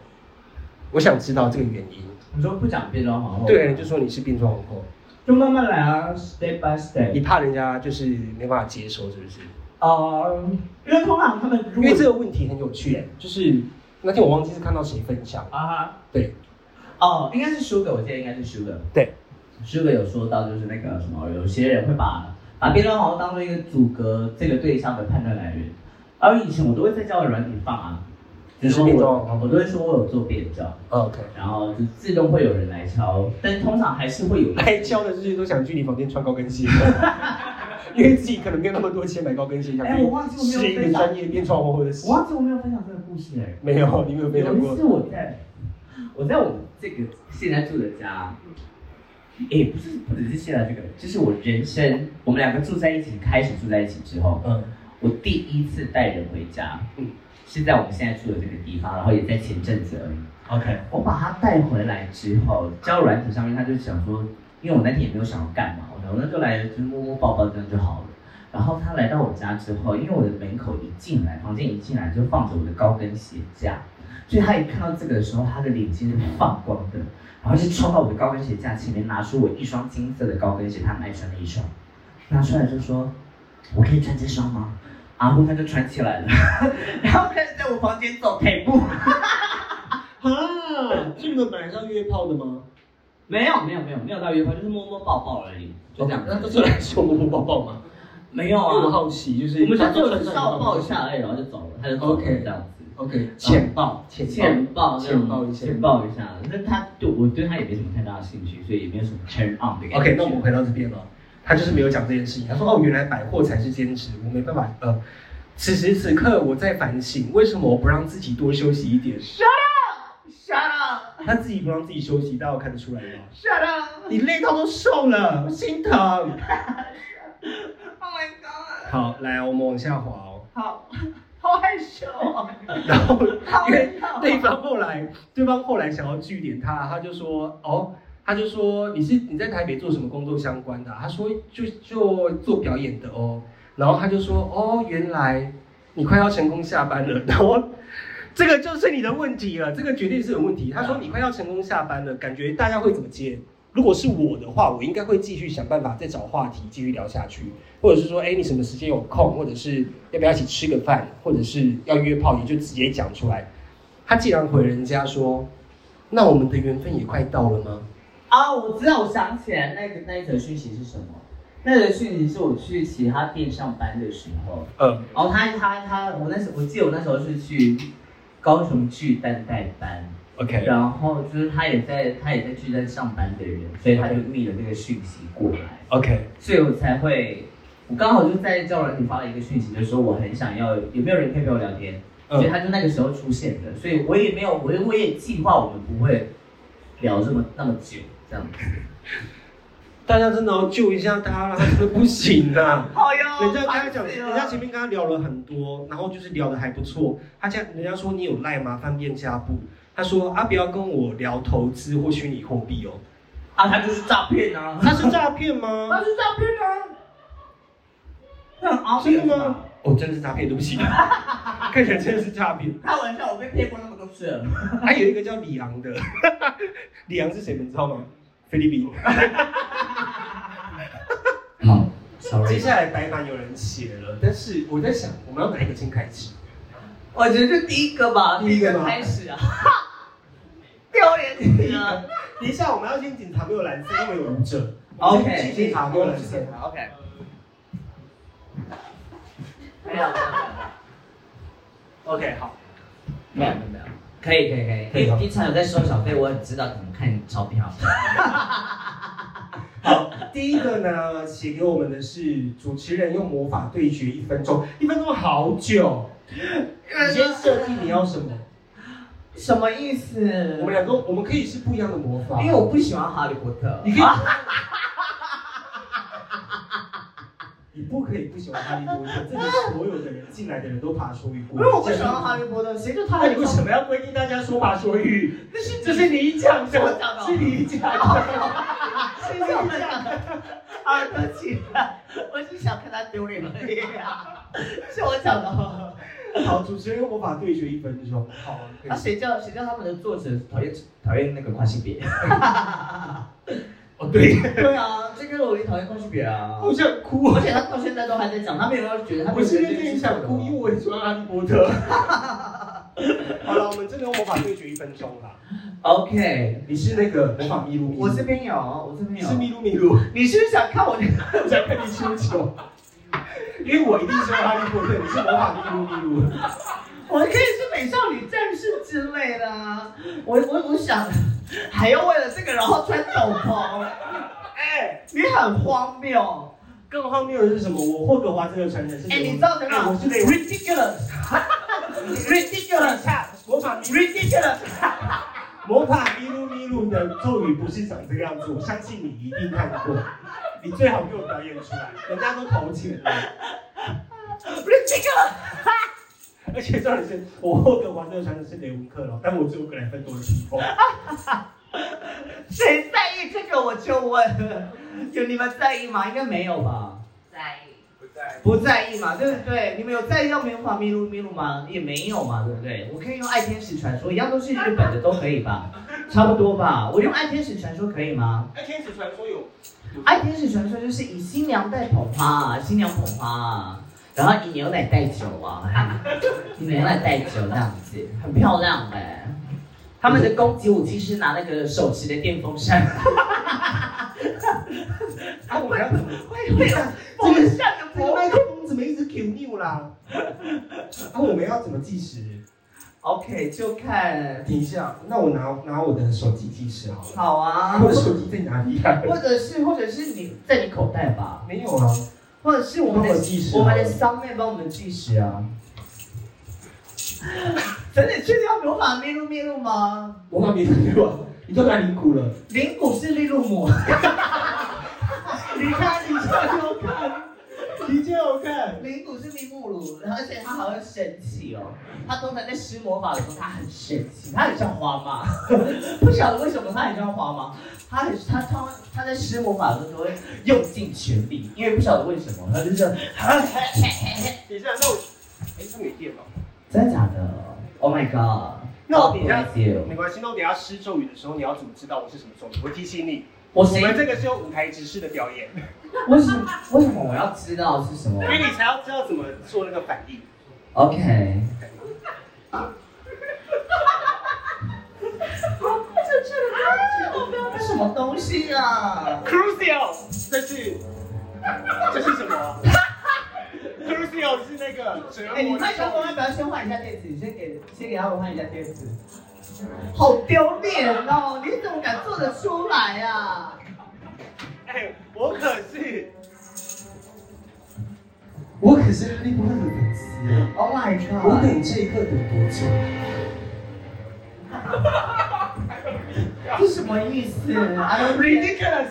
Speaker 4: 我想知道这个原因。
Speaker 2: 你说不讲变装皇后，
Speaker 4: 对，就说你是变装皇后，
Speaker 2: 就慢慢来啊，step by step
Speaker 4: 你。怕人家就是没办法接受，是不是？
Speaker 2: 呃，因为通常他们如
Speaker 4: 因
Speaker 2: 果
Speaker 4: 为这个问题很有趣，就是那天我忘记是看到谁分享，
Speaker 2: 啊哈，
Speaker 4: 对
Speaker 2: 哦，应该是 Sugar，我记得应该是 Sugar。
Speaker 4: 对
Speaker 2: ，Sugar 有说到就是那个什么，有些人会把把变装皇后当做一个阻隔这个对象的判断来源，而以前我都会在交友软体放啊，
Speaker 4: 你是
Speaker 2: 然后
Speaker 4: 变装皇
Speaker 2: 我
Speaker 4: 后
Speaker 2: 我都会说我有做变装，
Speaker 4: 哦，OK。
Speaker 2: 然后就自动会有人来敲，但通常还是会 有
Speaker 4: 来教的就是都想去你房间穿高 跟鞋，因为自己可能没有那么多钱买高跟鞋，想
Speaker 2: 哎，我忘记我没有
Speaker 4: 是一
Speaker 2: 分
Speaker 4: 个
Speaker 2: 享
Speaker 4: 专，业变装皇后的事
Speaker 2: 我。忘记我没有分享这个故事哎、
Speaker 4: 没有，你没有被
Speaker 2: 有
Speaker 4: 讲
Speaker 2: 一
Speaker 4: 过
Speaker 2: 次。我在我在我这个现在住的家，也不是不只是现在这个，就是我人生我们两个住在一起，开始住在一起之后，
Speaker 4: 嗯，
Speaker 2: 我第一次带人回家，
Speaker 4: 嗯
Speaker 2: 是在我们现在住的这个地方，然后也在前阵子而已。
Speaker 4: OK，
Speaker 2: 我把他带回来之后，交友软体上面他就想说，因为我那天也没有想要干嘛，我想那就来就是摸摸抱抱这样就好了。然后他来到我家之后，因为我的门口一进来，房间一进来就放着我的高跟鞋架，所以他一看到这个的时候，他的脸其实放光的，然后就冲到我的高跟鞋架前面，拿出我一双金色的高跟鞋，他很爱穿的一双，拿出来就说：“我可以穿这双吗？”然后他就穿起来了， 然后开始在我房间走腿步。
Speaker 4: 啊，所以你们本来是要约炮的吗？
Speaker 2: 没有没有没有没有到约会，就是摸摸抱抱而已，就这样。
Speaker 4: 那都是来说摸摸抱抱吗？
Speaker 2: 没有
Speaker 4: 因为我
Speaker 2: 啊，
Speaker 4: 好奇，就是
Speaker 2: 我们就
Speaker 4: 大家
Speaker 2: 只
Speaker 4: 都
Speaker 2: 有
Speaker 4: 穿上
Speaker 2: 笑
Speaker 4: 高跟
Speaker 2: 抱一
Speaker 4: 鞋
Speaker 2: 下而已，然后就走了，他就走了
Speaker 4: OK
Speaker 2: 这样子。
Speaker 4: OK，浅抱，浅
Speaker 2: 浅抱，
Speaker 4: 浅抱一下
Speaker 2: 浅抱一下。那他对我对他也没什么太大的兴趣，所以也没有什么 turn on 的感觉。
Speaker 4: OK，那我们回到这边了。他就是没有讲这件事情。他说：“哦，原来百货才是兼职，我没办法。”呃，此时此刻我在反省，为什么我不让自己多休息一点？
Speaker 2: shut up
Speaker 4: 他自己不让自己休息，大家有看得出来吗？
Speaker 2: shut up
Speaker 4: 你累到都瘦了，我心疼。
Speaker 2: oh my god，
Speaker 4: 好，来，我们往下滑哦。
Speaker 2: 好好害羞哦，
Speaker 4: 然后
Speaker 2: 好
Speaker 4: 因为
Speaker 2: 害羞哦
Speaker 4: 对方后来，对方后来想要据点他，他就说：“哦，他就说你是你在台北做什么工作相关的啊、他说：“就就做表演的哦。”然后他就说：“哦，原来你快要成功下班了。”然后这个就是你的问题了，这个绝对是有问题。他说：“你快要成功下班了，感觉大家会怎么接？”如果是我的话，我应该会继续想办法再找话题继续聊下去。或者是说，哎，你什么时间有空，或者是要不要一起吃个饭，或者是要约炮，你就直接讲出来。他竟然回人家说，那我们的缘分也快到了吗？
Speaker 2: 啊，我知道，我想起来那个那一则讯息是什么？那则讯息是我去其他店上班的时候，
Speaker 4: 嗯，
Speaker 2: 然后他他他，我那时我记得我那时候是去高雄巨蛋代班
Speaker 4: OK
Speaker 2: 然后就是他也在他也在巨蛋上班的人，所以他就密了这个讯息过来，
Speaker 4: OK，
Speaker 2: 所以我才会，我刚好就在交友软体发了一个讯息，就说我很想要有没有人可以陪我聊天，
Speaker 4: 嗯
Speaker 2: 所以他就那个时候出现的，所以我也没有我也我也计划我们不会聊这么那么久这样子，
Speaker 4: 大家真的要救一下他啦，他真的不行啦。
Speaker 6: 好哟，
Speaker 4: 人家跟他讲，
Speaker 6: 烦死了
Speaker 4: 人家前面跟他聊了很多，然后就是聊得还不错。他现在人家说你有赖吗？翻遍家布，他说啊，不要跟我聊投资或虚拟货币哦。
Speaker 6: 啊，他就是诈骗啊，
Speaker 4: 他是诈骗
Speaker 6: 他
Speaker 4: 吗？
Speaker 6: 是诈骗啊，那很 obvious
Speaker 4: 真的
Speaker 6: 嘛
Speaker 4: 吗？？哦，真的是诈骗，对不起， 看起来真的是诈骗。
Speaker 6: 开 玩笑，我被骗过那么多次了。
Speaker 4: 还有一个叫李昂的， 李昂是谁？你知道吗？菲律宾。
Speaker 6: 好
Speaker 4: 接
Speaker 6: ，sorry，
Speaker 4: 下来白板有人写了，但是我在想，我们要哪一个先开始？
Speaker 6: 我觉得是第一个吧，
Speaker 4: 第一个吗
Speaker 6: 开始啊，哈，丢脸死 了。
Speaker 4: 等一下，我们要先警察没有蓝色，因为有舞者。
Speaker 6: OK，
Speaker 4: 警察没有蓝色。
Speaker 6: OK。没有没有
Speaker 4: OK，好。
Speaker 6: 没有没有没有，可以可以可以，因为平常有在收小费，我很知道怎么看钞票。
Speaker 4: 好，第一个呢，写给我们的是主持人用魔法对决一分钟，一分钟好 久。你先设计你要什么？
Speaker 6: 什么意思？
Speaker 4: 我们两个，我们可以是不一样的魔法。
Speaker 6: 因为我不喜欢哈利波特。
Speaker 4: 你可以， 你不可以不喜欢哈利波特，这是所有的人进来的人都爬说语过。
Speaker 6: 因为我不喜欢哈利波特，谁就他
Speaker 4: 那
Speaker 6: 很
Speaker 4: 哎你为什么要规定大家说法说语？
Speaker 6: 那是
Speaker 4: 这是你讲
Speaker 6: 是我讲的
Speaker 4: 的，
Speaker 6: 哦
Speaker 4: 是你讲 的。
Speaker 6: 是我们两 个啊，对不起，我是想看他丢脸而已啊，是我讲的哦。
Speaker 4: 好，主持人用魔法对决一分钟。好，可以
Speaker 6: 那。谁叫谁叫他们的作者讨厌讨厌那个跨性别？
Speaker 4: 哦，对，
Speaker 6: 对啊，这个罗琳讨厌跨性别啊，
Speaker 4: 我想哭
Speaker 6: 而。
Speaker 4: 啊
Speaker 6: 且他到现在都还在讲，他没有要觉得他
Speaker 4: 我现在
Speaker 6: 觉得
Speaker 4: 跟
Speaker 6: 这
Speaker 4: 你
Speaker 6: 是
Speaker 4: 想哭，
Speaker 6: 的
Speaker 4: 因为我很喜欢哈利波特。 好了，我们真的用魔法对决一分钟啦。
Speaker 6: OK，
Speaker 4: 你是那个魔法麋鹿，
Speaker 6: 我这边有，我这边
Speaker 4: 你
Speaker 6: 有。
Speaker 4: 是麋鹿麋鹿，
Speaker 6: 你是不是想看我？
Speaker 4: 我想看你出糗。因为我一定是哈利波特，你是魔法麋鹿麋鹿。
Speaker 6: 我可以是美少女战士之类的啊！我我我想，还要为了这个然后穿斗篷，哎、你很荒谬！
Speaker 4: 更荒谬的是什么？我霍格华兹的传人是
Speaker 6: 哎、你造成
Speaker 4: 哎
Speaker 6: 了
Speaker 4: 我是那个
Speaker 6: ridiculous，ridiculous，ridiculous，ridiculous，
Speaker 4: 魔法麋啊魔法麋鹿麋鹿的咒语不是长这个样子，我相信你一定看过。你最好给我表演出来，人家都投钱了。
Speaker 6: ridiculous。
Speaker 4: 而且重点是，我霍格华兹的传承是雷文克劳，但我只有格莱芬多的披风。
Speaker 6: 谁在意这个？我就问，有你们在意吗？应该没有吧？
Speaker 2: 在
Speaker 7: 不在。
Speaker 6: 不在意嘛，对不对？你们有在意到棉花麋鹿麋鹿吗？也没有嘛，对不对？我可以用爱天使传说，一样都是日本的，都可以 吧？差不多吧？我用爱天使传说可以吗？
Speaker 4: 哎，天使传说有
Speaker 6: 爱天使传说就是以新娘带捧花、啊，新娘捧花、啊，然后以牛奶带酒啊，以牛奶带酒这样子，很漂亮哎、他们的攻击武器是拿那个手持的电风扇，
Speaker 4: 啊，我要怎么？
Speaker 6: 会会有风扇的
Speaker 4: 这个
Speaker 6: 波
Speaker 4: 麦克风怎么一直 Q 扭啦？啊，我们要怎么计时？
Speaker 6: OK，就看
Speaker 4: 等一下，那我拿拿我的手机计时好了。
Speaker 6: 好
Speaker 4: 啊
Speaker 6: 啊
Speaker 4: 我，的手机在哪里啊？
Speaker 6: 或者是或者是你在你口袋吧，
Speaker 4: 没有啊，
Speaker 6: 或者是我们的
Speaker 4: 帮我计时
Speaker 6: 我们的商妹帮我们计时啊。真的确定要魔法秘录秘录吗？
Speaker 4: 魔法麋鹿麋鹿啊，你都拿灵骨了。
Speaker 6: 灵骨是利路姆，
Speaker 4: 你看，你这好看，你这好看。
Speaker 6: 灵骨是利木鲁，而且他好像生气哦。他通常在施魔法的时候，他很生气，他很像花妈，不晓得为什么他很像花妈。他很他他他在施魔法的时候会用尽全力，因为不晓得为什么，他就是
Speaker 4: 等一下，那我，哎，是没电了。
Speaker 6: 真的假的？Oh my god！
Speaker 4: 那我等一下
Speaker 6: God bless you
Speaker 4: 没关系，那我等一下施咒语的时候，你要怎么知道我是什么咒语？我提醒你，
Speaker 6: 我
Speaker 4: 我
Speaker 6: 谁？
Speaker 4: 们这个是有舞台指示的表演，
Speaker 6: 为什么为什么我要知道是什么
Speaker 4: 因为你才要知道怎么做那个反应。
Speaker 6: ？OK，
Speaker 2: 这这啊，我不要
Speaker 6: 这什么东西啊？
Speaker 4: Crucial，这是这是什么？Crucial 是那个水
Speaker 6: 哎、你麦克风要不要先换一下电池？你先给先给他们换一下电池。好丢脸哦！你怎么敢做得出来啊？
Speaker 4: 哎，我可是我可是哈利波特的粉丝，啊
Speaker 6: Oh my god！
Speaker 4: 这一刻等多久？
Speaker 6: 这什么意思？I don't
Speaker 4: Ridiculous！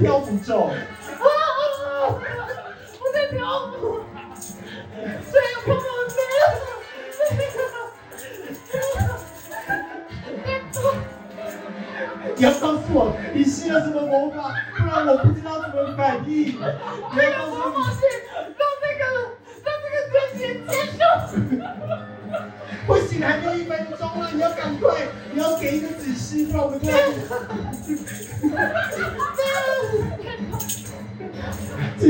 Speaker 4: 飘不中。
Speaker 6: 啊！我在漂浮，所以我们没有。
Speaker 4: 你要告诉我你施了什么魔法，不然我不知道怎么反应。你
Speaker 6: 没
Speaker 4: 要
Speaker 6: 有
Speaker 4: 告
Speaker 6: 魔
Speaker 4: 诉
Speaker 6: 法
Speaker 4: 我，
Speaker 6: 是让那个让那个真人接受。
Speaker 4: 我醒来没有一分钟了，你要赶快，你要给一个指示，不然我们就要指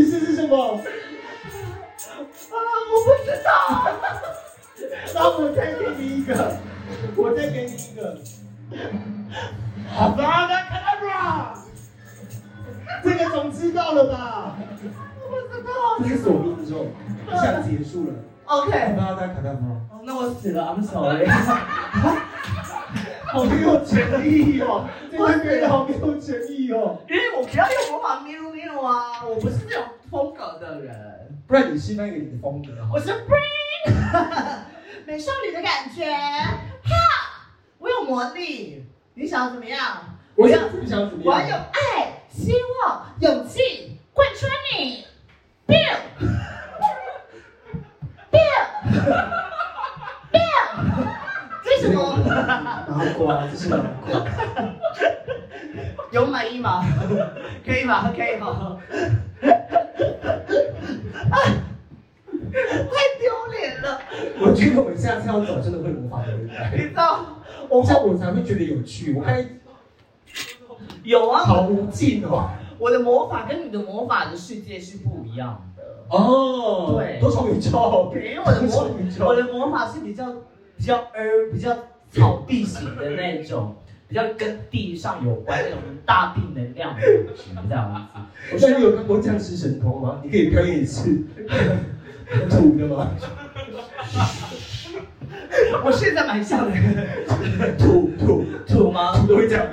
Speaker 4: 示是什么？
Speaker 6: 啊，我不知道。
Speaker 4: 那我再给你一个，我再给你一个。好吧，那 c a b r 这个总知道了吧？
Speaker 6: 我不知道。
Speaker 4: 这是索命咒，一下结束了。
Speaker 6: OK，
Speaker 4: 那他卡卡吗？
Speaker 2: 哦那我死了，I'm sorry。
Speaker 4: 好没有诚意哦，这个变得好没有诚意哦。
Speaker 2: 因为我不要用魔法喵喵啊，我不是这种风格的人。
Speaker 4: 不然你示范给你的风格哦好
Speaker 6: 我是 Brain，美少女的感觉。哈，我有魔力，你想怎么样？
Speaker 4: 我想你想怎么
Speaker 6: 我要有
Speaker 4: 样？
Speaker 6: 爱、希望、勇气贯穿你。Bill。Bill。Bill。这是什么？
Speaker 4: 南瓜，啊这是南瓜。
Speaker 2: 有满意 吗？可以吗？可以 吗？啊
Speaker 6: 太丢脸了，
Speaker 4: 我觉得我们下次要找真的会魔法的人来，
Speaker 2: 你知道
Speaker 4: 我这样我才会觉得有趣。我看
Speaker 2: 有啊，
Speaker 4: 好无尽哦。
Speaker 2: 我的魔法跟你的魔法的世界是不一样的。
Speaker 4: 哦，
Speaker 2: 对
Speaker 4: 多重宇宙，
Speaker 2: 因为我的
Speaker 4: 多
Speaker 2: 魔
Speaker 4: 重宇
Speaker 2: 我
Speaker 4: 宙，
Speaker 2: 的魔法是比较比较呃比较草地型的那 种，比较跟地上有关那种大地能量的物质这样子。
Speaker 4: 我现在有看过僵尸神通吗？你可以表演一次，土的吗？
Speaker 2: 我现在蛮像的，
Speaker 4: 土土
Speaker 2: 土吗？
Speaker 4: 土都会这样，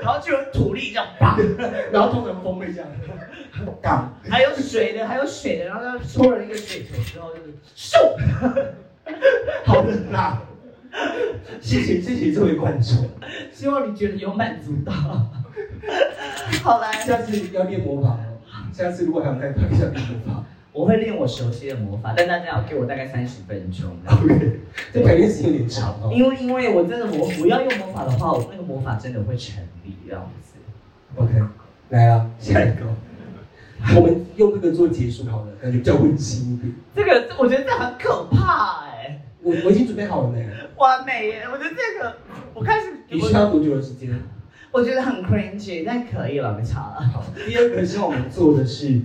Speaker 2: 然后就有土力这样啪，
Speaker 4: 然后通常风会这样，打
Speaker 2: 还有水的，还有水的，然后他搓了一个水球之后就是咻，
Speaker 4: 好了啦。谢谢谢谢这位观众，
Speaker 2: 希望你觉得有满足到。好来，
Speaker 4: 下次要练魔法哦。下次如果还有再看一下练魔法
Speaker 2: 我会练我熟悉的魔法，但大家要给我大概三十分钟。
Speaker 4: ，OK。这表演时间有点长哦。
Speaker 2: 因为因为我真的魔，我要用魔法的话，我那个魔法真的会成立这样子。
Speaker 4: OK，来啊，下一个，我们用这个做结束好了，感觉比较温馨一点。
Speaker 2: 这个我觉得这很可怕哎、
Speaker 4: 我我已经准备好了呢。
Speaker 2: 完美耶！我觉得这个我开始
Speaker 4: 你需要多久的时间？
Speaker 2: 我觉得很 cringy，但可以了，没差了。
Speaker 4: 好，第二个是我们做的是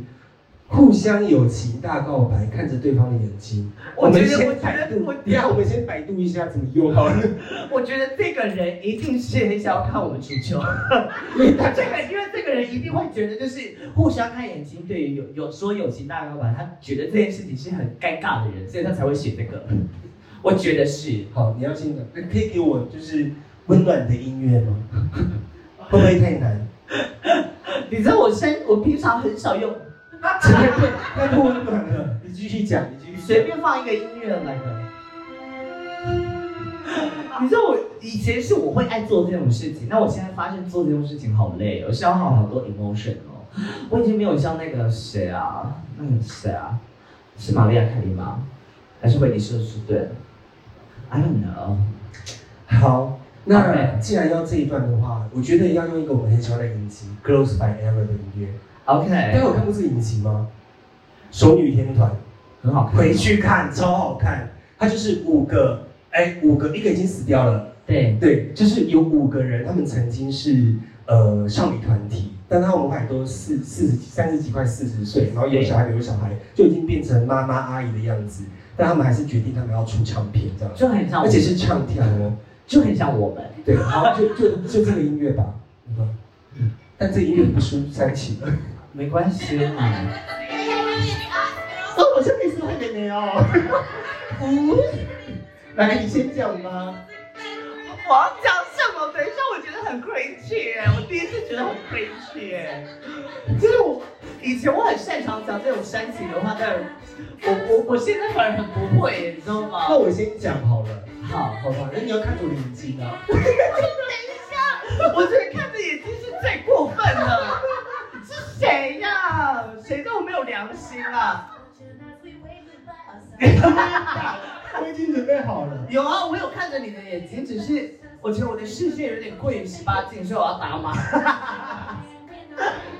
Speaker 4: 互相有情大告白，看着对方的眼睛。
Speaker 2: 我觉
Speaker 4: 们
Speaker 2: 得我
Speaker 4: 先
Speaker 2: 觉
Speaker 4: 百
Speaker 2: 得
Speaker 4: 度
Speaker 2: 我，
Speaker 4: 等一下我们先百度一下怎么用 好了，
Speaker 2: 我觉得这个人一定是很想要看我们出 糗。
Speaker 4: 因为大
Speaker 2: 这
Speaker 4: 家
Speaker 2: 个因为这个人一定会觉得就是互相看眼睛，对于有有说友情大告白，他觉得这件事情是很尴尬的人，所以他才会写这个。我觉得是。
Speaker 4: 好，你要先讲，那可以给我就是温暖的音乐吗？ 会不会太难？
Speaker 2: 你知道我现我平常很少用，
Speaker 4: 太不温暖了，你继续讲，你继续
Speaker 2: 随
Speaker 4: 讲。
Speaker 2: 便放一个音乐来 个。你知道我以前是我会爱做这种事情，那我现在发现做这种事情好累哦，我消耗好多 emotion 哦。我已经没有像那个谁啊，那个谁啊，是玛丽亚凯莉吗？还是维尼社区队？I don't know。
Speaker 4: 好，那
Speaker 2: OK
Speaker 4: 既然要这一段的话，我觉得要用一个我们很喜欢的影集《Girls by Ever》的音乐。大家
Speaker 2: OK，
Speaker 4: 有看过这个影集吗？熟女天团。
Speaker 2: 很好看。
Speaker 4: 回去看，超好看。它就是五个，哎，五个，一个已经死掉了。
Speaker 2: 对，
Speaker 4: 对，就是有五个人，他们曾经是呃少女团体，但他们后来都四四十几、三十几快四十岁，然后有小孩没有小孩，就已经变成妈妈阿姨的样子。但他们还是决定他们要出唱片这样子，
Speaker 2: 就很像我，
Speaker 4: 而且是唱跳哦。
Speaker 2: 就很像我们。
Speaker 4: 对，然后就就就这个音乐吧，嗯，但这个音乐不输三起了。
Speaker 2: 没关 系嘛。
Speaker 4: 哦，我是没说那个呢哦。嗯， 来，你先讲吧。
Speaker 2: 我要讲什么？等一下，我觉得很 cringe，耶我第一次觉得很 cringe，耶就是我以前我很擅长讲这种煽情的话，但我我我现在反而很不会耶，你知道
Speaker 4: 那
Speaker 2: 吗？
Speaker 4: 我先讲好了，好，好吧，那你要看着眼睛啊。
Speaker 6: 我觉得看着眼睛是最过分的。是谁呀、谁这么没有良心啊？
Speaker 4: 我已经准备好了。
Speaker 6: 有啊，我有看着你的眼睛，只是我觉得我的视线有点过于十八禁，所以我要打码。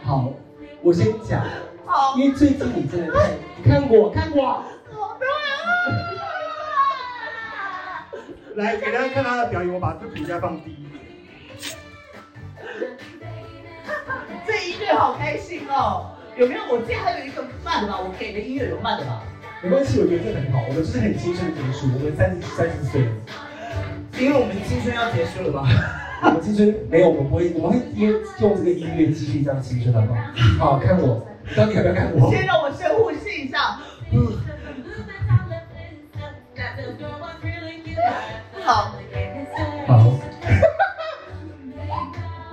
Speaker 4: 好，我先讲，
Speaker 6: 好，
Speaker 4: 因为最近你真的太…… 你看过，看过。
Speaker 6: 我不要。
Speaker 4: 来，给大家看他的表演，我把这评价放低一点。
Speaker 6: 这音乐好开心哦！有没有？我记得还有一个慢的吧，我给的音乐有慢的吧？
Speaker 4: 没关系，我觉得这很好，我们就是很青春结束，我们三十三十岁了，
Speaker 6: 因为我们青春要结束了吧？
Speaker 4: 我们青春没有，我们不会，我们会因用这个音乐继续这样青春，好不好？好，看我，到底要不要看我？
Speaker 6: 先让我深呼吸一 下。好，
Speaker 4: 好。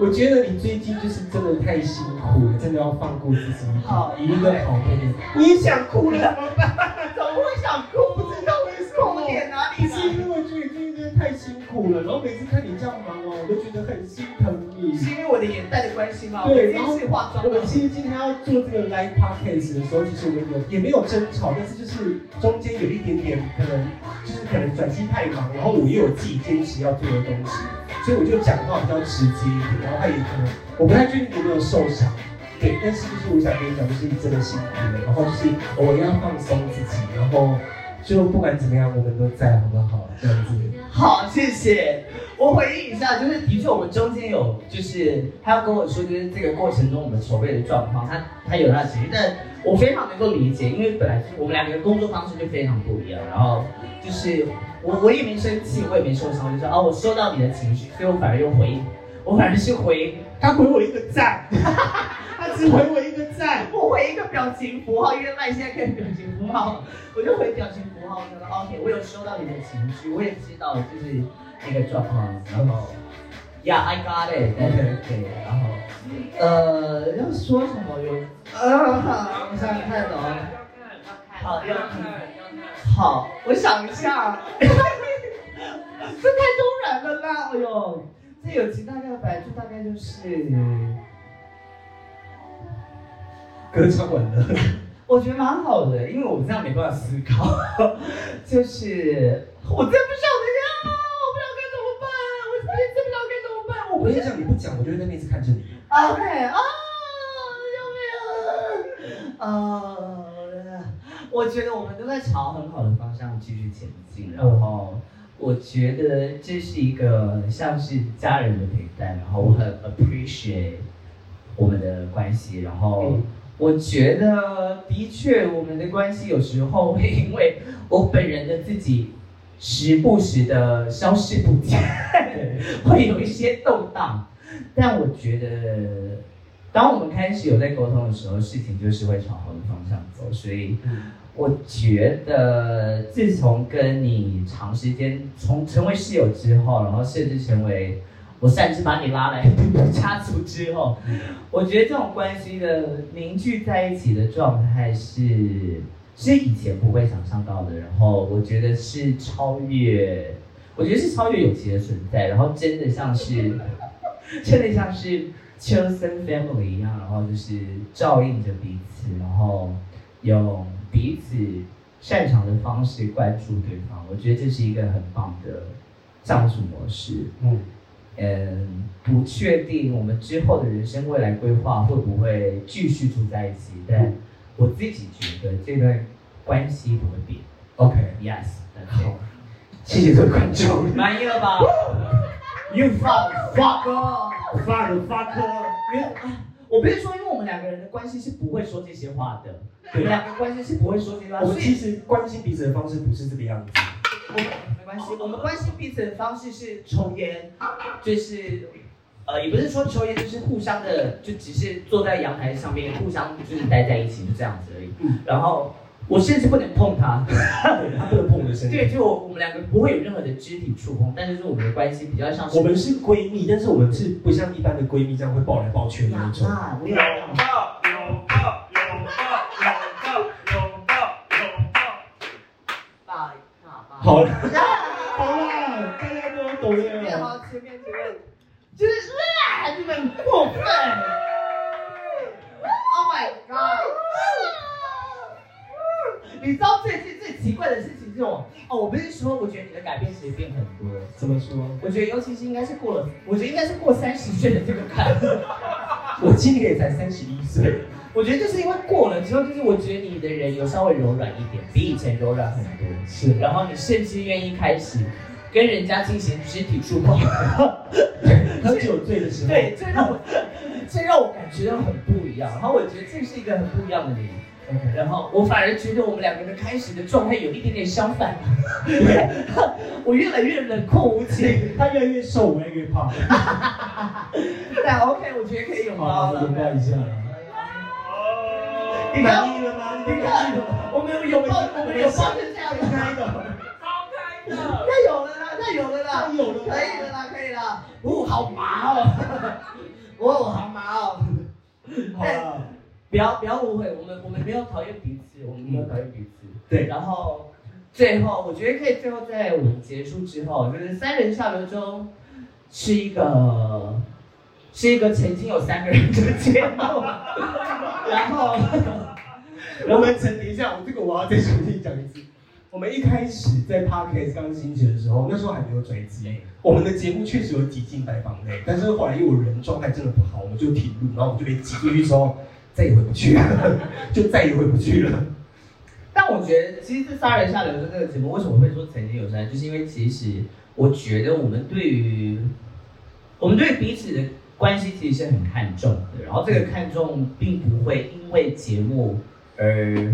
Speaker 4: 我觉得你最近就是真的太辛苦了，真的要放过自己一
Speaker 6: 好
Speaker 4: 点，以一个好朋友。你想哭了怎么办？
Speaker 6: 怎么会想哭？不知道为什么。我点哪里
Speaker 4: 不是因
Speaker 6: 了？
Speaker 4: 为我觉得你最近真的太辛苦了，然后每次看你这样忙哦，我都觉得很心疼你。
Speaker 6: 是因为我的眼袋的关系吗？我
Speaker 4: 对，
Speaker 6: 今
Speaker 4: 然
Speaker 6: 天
Speaker 4: 后
Speaker 6: 是化妆
Speaker 4: 我们
Speaker 6: 的。
Speaker 4: 其实今天要做这个 live podcast 的时候，其实我们有也没有争吵，但是就是中间有一点点可能就是可能转机太忙，然后我又有自己坚持要做的东西，所以我就讲话比较直接一点，然后他也可能我不太确定有没有受伤，对，但是就是我想跟你讲，就是你真的辛苦了，然后就是我要放松自己，然后就不管怎么样，我们都在，好不好？这样子。
Speaker 6: 好，谢谢。我回应一下，就是的确，我们中间有，就是他要跟我说，就是这个过程中我们所谓的状况，他他有他的情绪，但我非常能够理解，因为本来我们两个人工作方式就非常不一样，然后就是我我也没生气，我也没受伤，我就说哦，我收到你的情绪，所以我反而又回应，我反而是回
Speaker 4: 他回我一个赞，他只回我一个 赞。
Speaker 6: 我回一个表情符号，因为赖现在可以表情符号，我就回表情符号，我就说哦 OK，我有收到你的情绪，我也知道就是那个状况，然后，Yeah，I got it，对对对，然后，呃，要说什么有，呃，我想想看哦，好要看，好，我想一下， 这太突然了啦，哎呦，这友情大概本来就大概就是。
Speaker 4: 歌唱完了。
Speaker 6: 我觉得蛮好的，因为我这样没办法思考，就是我真的不晓得呀，我不知道该怎么办，我真的不知道该怎么办，我
Speaker 4: 我
Speaker 6: 不
Speaker 4: 跟
Speaker 6: 知
Speaker 4: 你讲，你不讲，我就会在那边一直看着你。
Speaker 6: 啊对啊，救命啊！呃， 我觉得我们都在朝很好的方向继续前进，然后我觉得这是一个像是家人的陪伴，然后我很 appreciate 我们的关系，然后
Speaker 4: 嗯
Speaker 6: 我觉得的确我们的关系有时候会因为我本人的自己时不时的消失不见， 会有一些动荡。但我觉得，当我们开始有在沟通的时候，事情就是会朝好的方向走。所以，我觉得自从跟你长时间从成为室友之后，然后甚至成为我擅自把你拉来 家族之后，我觉得这种关系的凝聚在一起的状态是是以前不会想象到的，然后我觉得是超越，我觉得是超越友情的存在，然后真的像是。真的像是 chosen family 一样，然后就是照应着彼此，然后用彼此擅长的方式关注对方。我觉得这是一个很棒的相处模式。
Speaker 4: 嗯，
Speaker 6: 嗯，不确定我们之后的人生未来规划会不会继续住在一起，
Speaker 4: 嗯
Speaker 6: 但我自己觉得这段关系不会变。
Speaker 4: OK，
Speaker 6: Yes，that's
Speaker 4: 好
Speaker 6: it，
Speaker 4: 谢谢各位观众。
Speaker 6: 满意了 吧？You fuck fuck。
Speaker 4: 发了发科，
Speaker 6: 因为啊，我不是说，因为我们两个人的关系是不会说这些话的，我们两个关系是不会说这些话，
Speaker 4: 啊我
Speaker 6: 啊所
Speaker 4: 们其
Speaker 6: 以
Speaker 4: 实关心彼此的方式不是这个样子。
Speaker 6: 我们没关系，我们关心彼此的方式是抽烟，就是。呃，也不是说抽烟，就是互相的，就只是坐在阳台上面，互相就是待在一起，就这样子而已。
Speaker 4: 嗯
Speaker 6: 然后我甚至不能碰他，
Speaker 4: 对，他不能碰我的身体。
Speaker 6: 对，就我我们两个不会有任何的肢体触碰，但是我们的关系比较像是
Speaker 4: 我们是闺蜜，但是我们是不像一般的闺蜜这样会抱来抱去的那种。
Speaker 6: 啊，我
Speaker 3: 拥
Speaker 6: 有
Speaker 3: 抱，拥抱，拥抱，拥抱，拥抱，拥抱。
Speaker 6: 爸爸爸。
Speaker 4: 好了，好了。
Speaker 6: 前面好，前面前面。
Speaker 2: 就是啊，你们很过分。
Speaker 6: Oh my god！
Speaker 2: 你知道最近最奇怪的事情是我哦，我不是说我觉得你的改变其实变很多，
Speaker 4: 怎么说？
Speaker 2: 我觉得尤其是应该是过了，我觉得应该是过三十岁的这个坎，
Speaker 4: 我今年也才三十一岁，
Speaker 2: 我觉得就是因为过了之后，就是我觉得你的人有稍微柔软一点，比以前柔软很多，
Speaker 4: 是
Speaker 2: 然后你甚至愿意开始跟人家进行肢体触碰，
Speaker 4: 喝酒醉的时候。
Speaker 2: 对，这让我这让我感觉到很不一样，然后我觉得这是一个很不一样的你。
Speaker 4: OK，
Speaker 2: 然后我反而觉得我们两个人开始的状态有一点点相反， 我越来越冷酷无情。
Speaker 4: 他越来越瘦，我越来越胖。
Speaker 2: 但 OK，我觉得可以拥抱
Speaker 4: 好，
Speaker 2: 了
Speaker 4: 拥。抱一下。
Speaker 2: 你看，
Speaker 4: 满意了吗？
Speaker 2: 你看，我们有拥抱，我们有拥抱是这样
Speaker 4: 应
Speaker 2: 的。
Speaker 4: 该的，
Speaker 2: 太有了啦，太有了啦，
Speaker 4: 有了，
Speaker 2: 可以了啦，可以了。哦，好麻哦，哦，好麻哦。
Speaker 4: 好了，
Speaker 2: 不要不要误会，我们我们没有讨厌彼此，哎我们没有讨厌彼此。
Speaker 4: 对
Speaker 2: 然后最后我觉得可以最后在我们结束之后，就是三人下流中是一个是一个曾经有三个人的节目，然后
Speaker 4: 我们整理一下，我这个我要再重新讲一次。我们一开始在 podcast 刚兴起的时候，那时候还没有转机，我们的节目确实有挤进百榜内，但是后来因为我人状态真的不好，我们就停录，然后我们就被挤出去之后，再也回不去了， 就再也回不去了。
Speaker 2: 但我觉得，其实《杀人下流》的这个节目，为什么会说曾经有三，就是因为其实我觉得我们对于我们对彼此的关系其实是很看重的，然后这个看重并不会因为节目而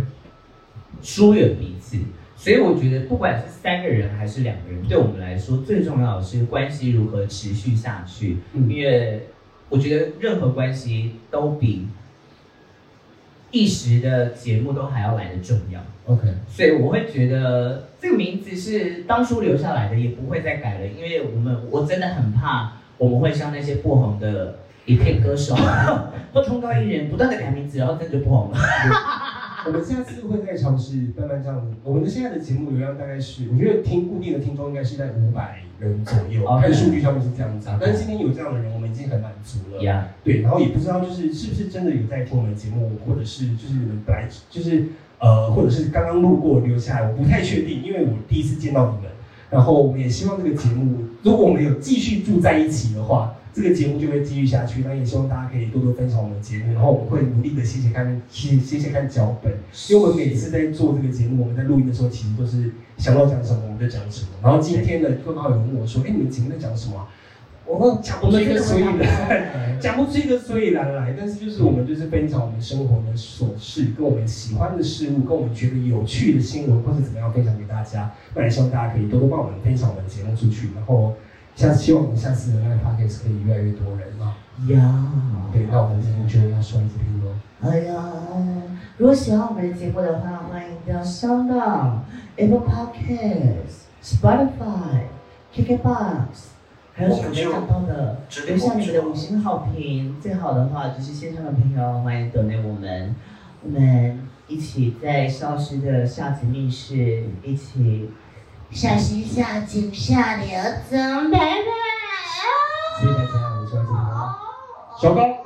Speaker 2: 疏远彼此，所以我觉得不管是三个人还是两个人，对我们来说最重要的是关系如何持续下去，
Speaker 4: 嗯
Speaker 2: 因为我觉得任何关系都比一时的节目都还要来的重要。
Speaker 4: OK，
Speaker 2: 所以我会觉得这个名字是当初留下来的，也不会再改了，因为我们我真的很怕我们会像那些不红的一片歌手啊 或通告艺人，不断的改名字，然后真的就不红了。
Speaker 4: 我们下次会再尝试慢慢这样子。我们的现在的节目流量大概是，我觉得听固定的听众应该是在五百人左右，
Speaker 2: OK
Speaker 4: 看数据上面是这样子啊。但是今天有这样的人，我们已经很满足了。
Speaker 2: 呀，
Speaker 4: 对，然后也不知道就是是不是真的有在听我们的节目，或者是就是你们本来就是呃，或者是刚刚路过留下来，我不太确定，因为我第一次见到你们。然后我们也希望这个节目，如果我们有继续住在一起的话，这个节目就会继续下去。那也希望大家可以多多分享我们的节目，然后我们会努力的写写看，写写写看脚本。因为我们每次在做这个节目，我们在录音的时候，其实都是想到讲什么我们就讲什么。然后今天呢，刚好有人问我说：“哎，你们节目在讲什么啊、我说：“讲不出一个所以 然，讲不出一个所以然来。”但是就是我们就是分享我们生活的琐事，跟我们喜欢的事物，跟我们觉得有趣的新闻，或者怎么样分享给大家。那也希望大家可以多多帮我们分享我们的节目出去，然后下希望我们下次的 live podcast 可以越来越多人啊。
Speaker 2: 呀，
Speaker 4: 对，那我们今天就要说到这边喽。
Speaker 5: 哎呀，如果喜欢我们的节目的话，欢迎到 Sound、Apple Podcasts、Spotify、KKBox，
Speaker 2: 还有什么没讲到的？留下你的五星好评。最好的话就是线上的朋友，欢迎 donate 我们，我们一起在消失的夏子密室一起
Speaker 5: 下西下井下流，怎么拜拜？
Speaker 4: 谢谢大家，我们说到这边喽，收工。
Speaker 5: Oh.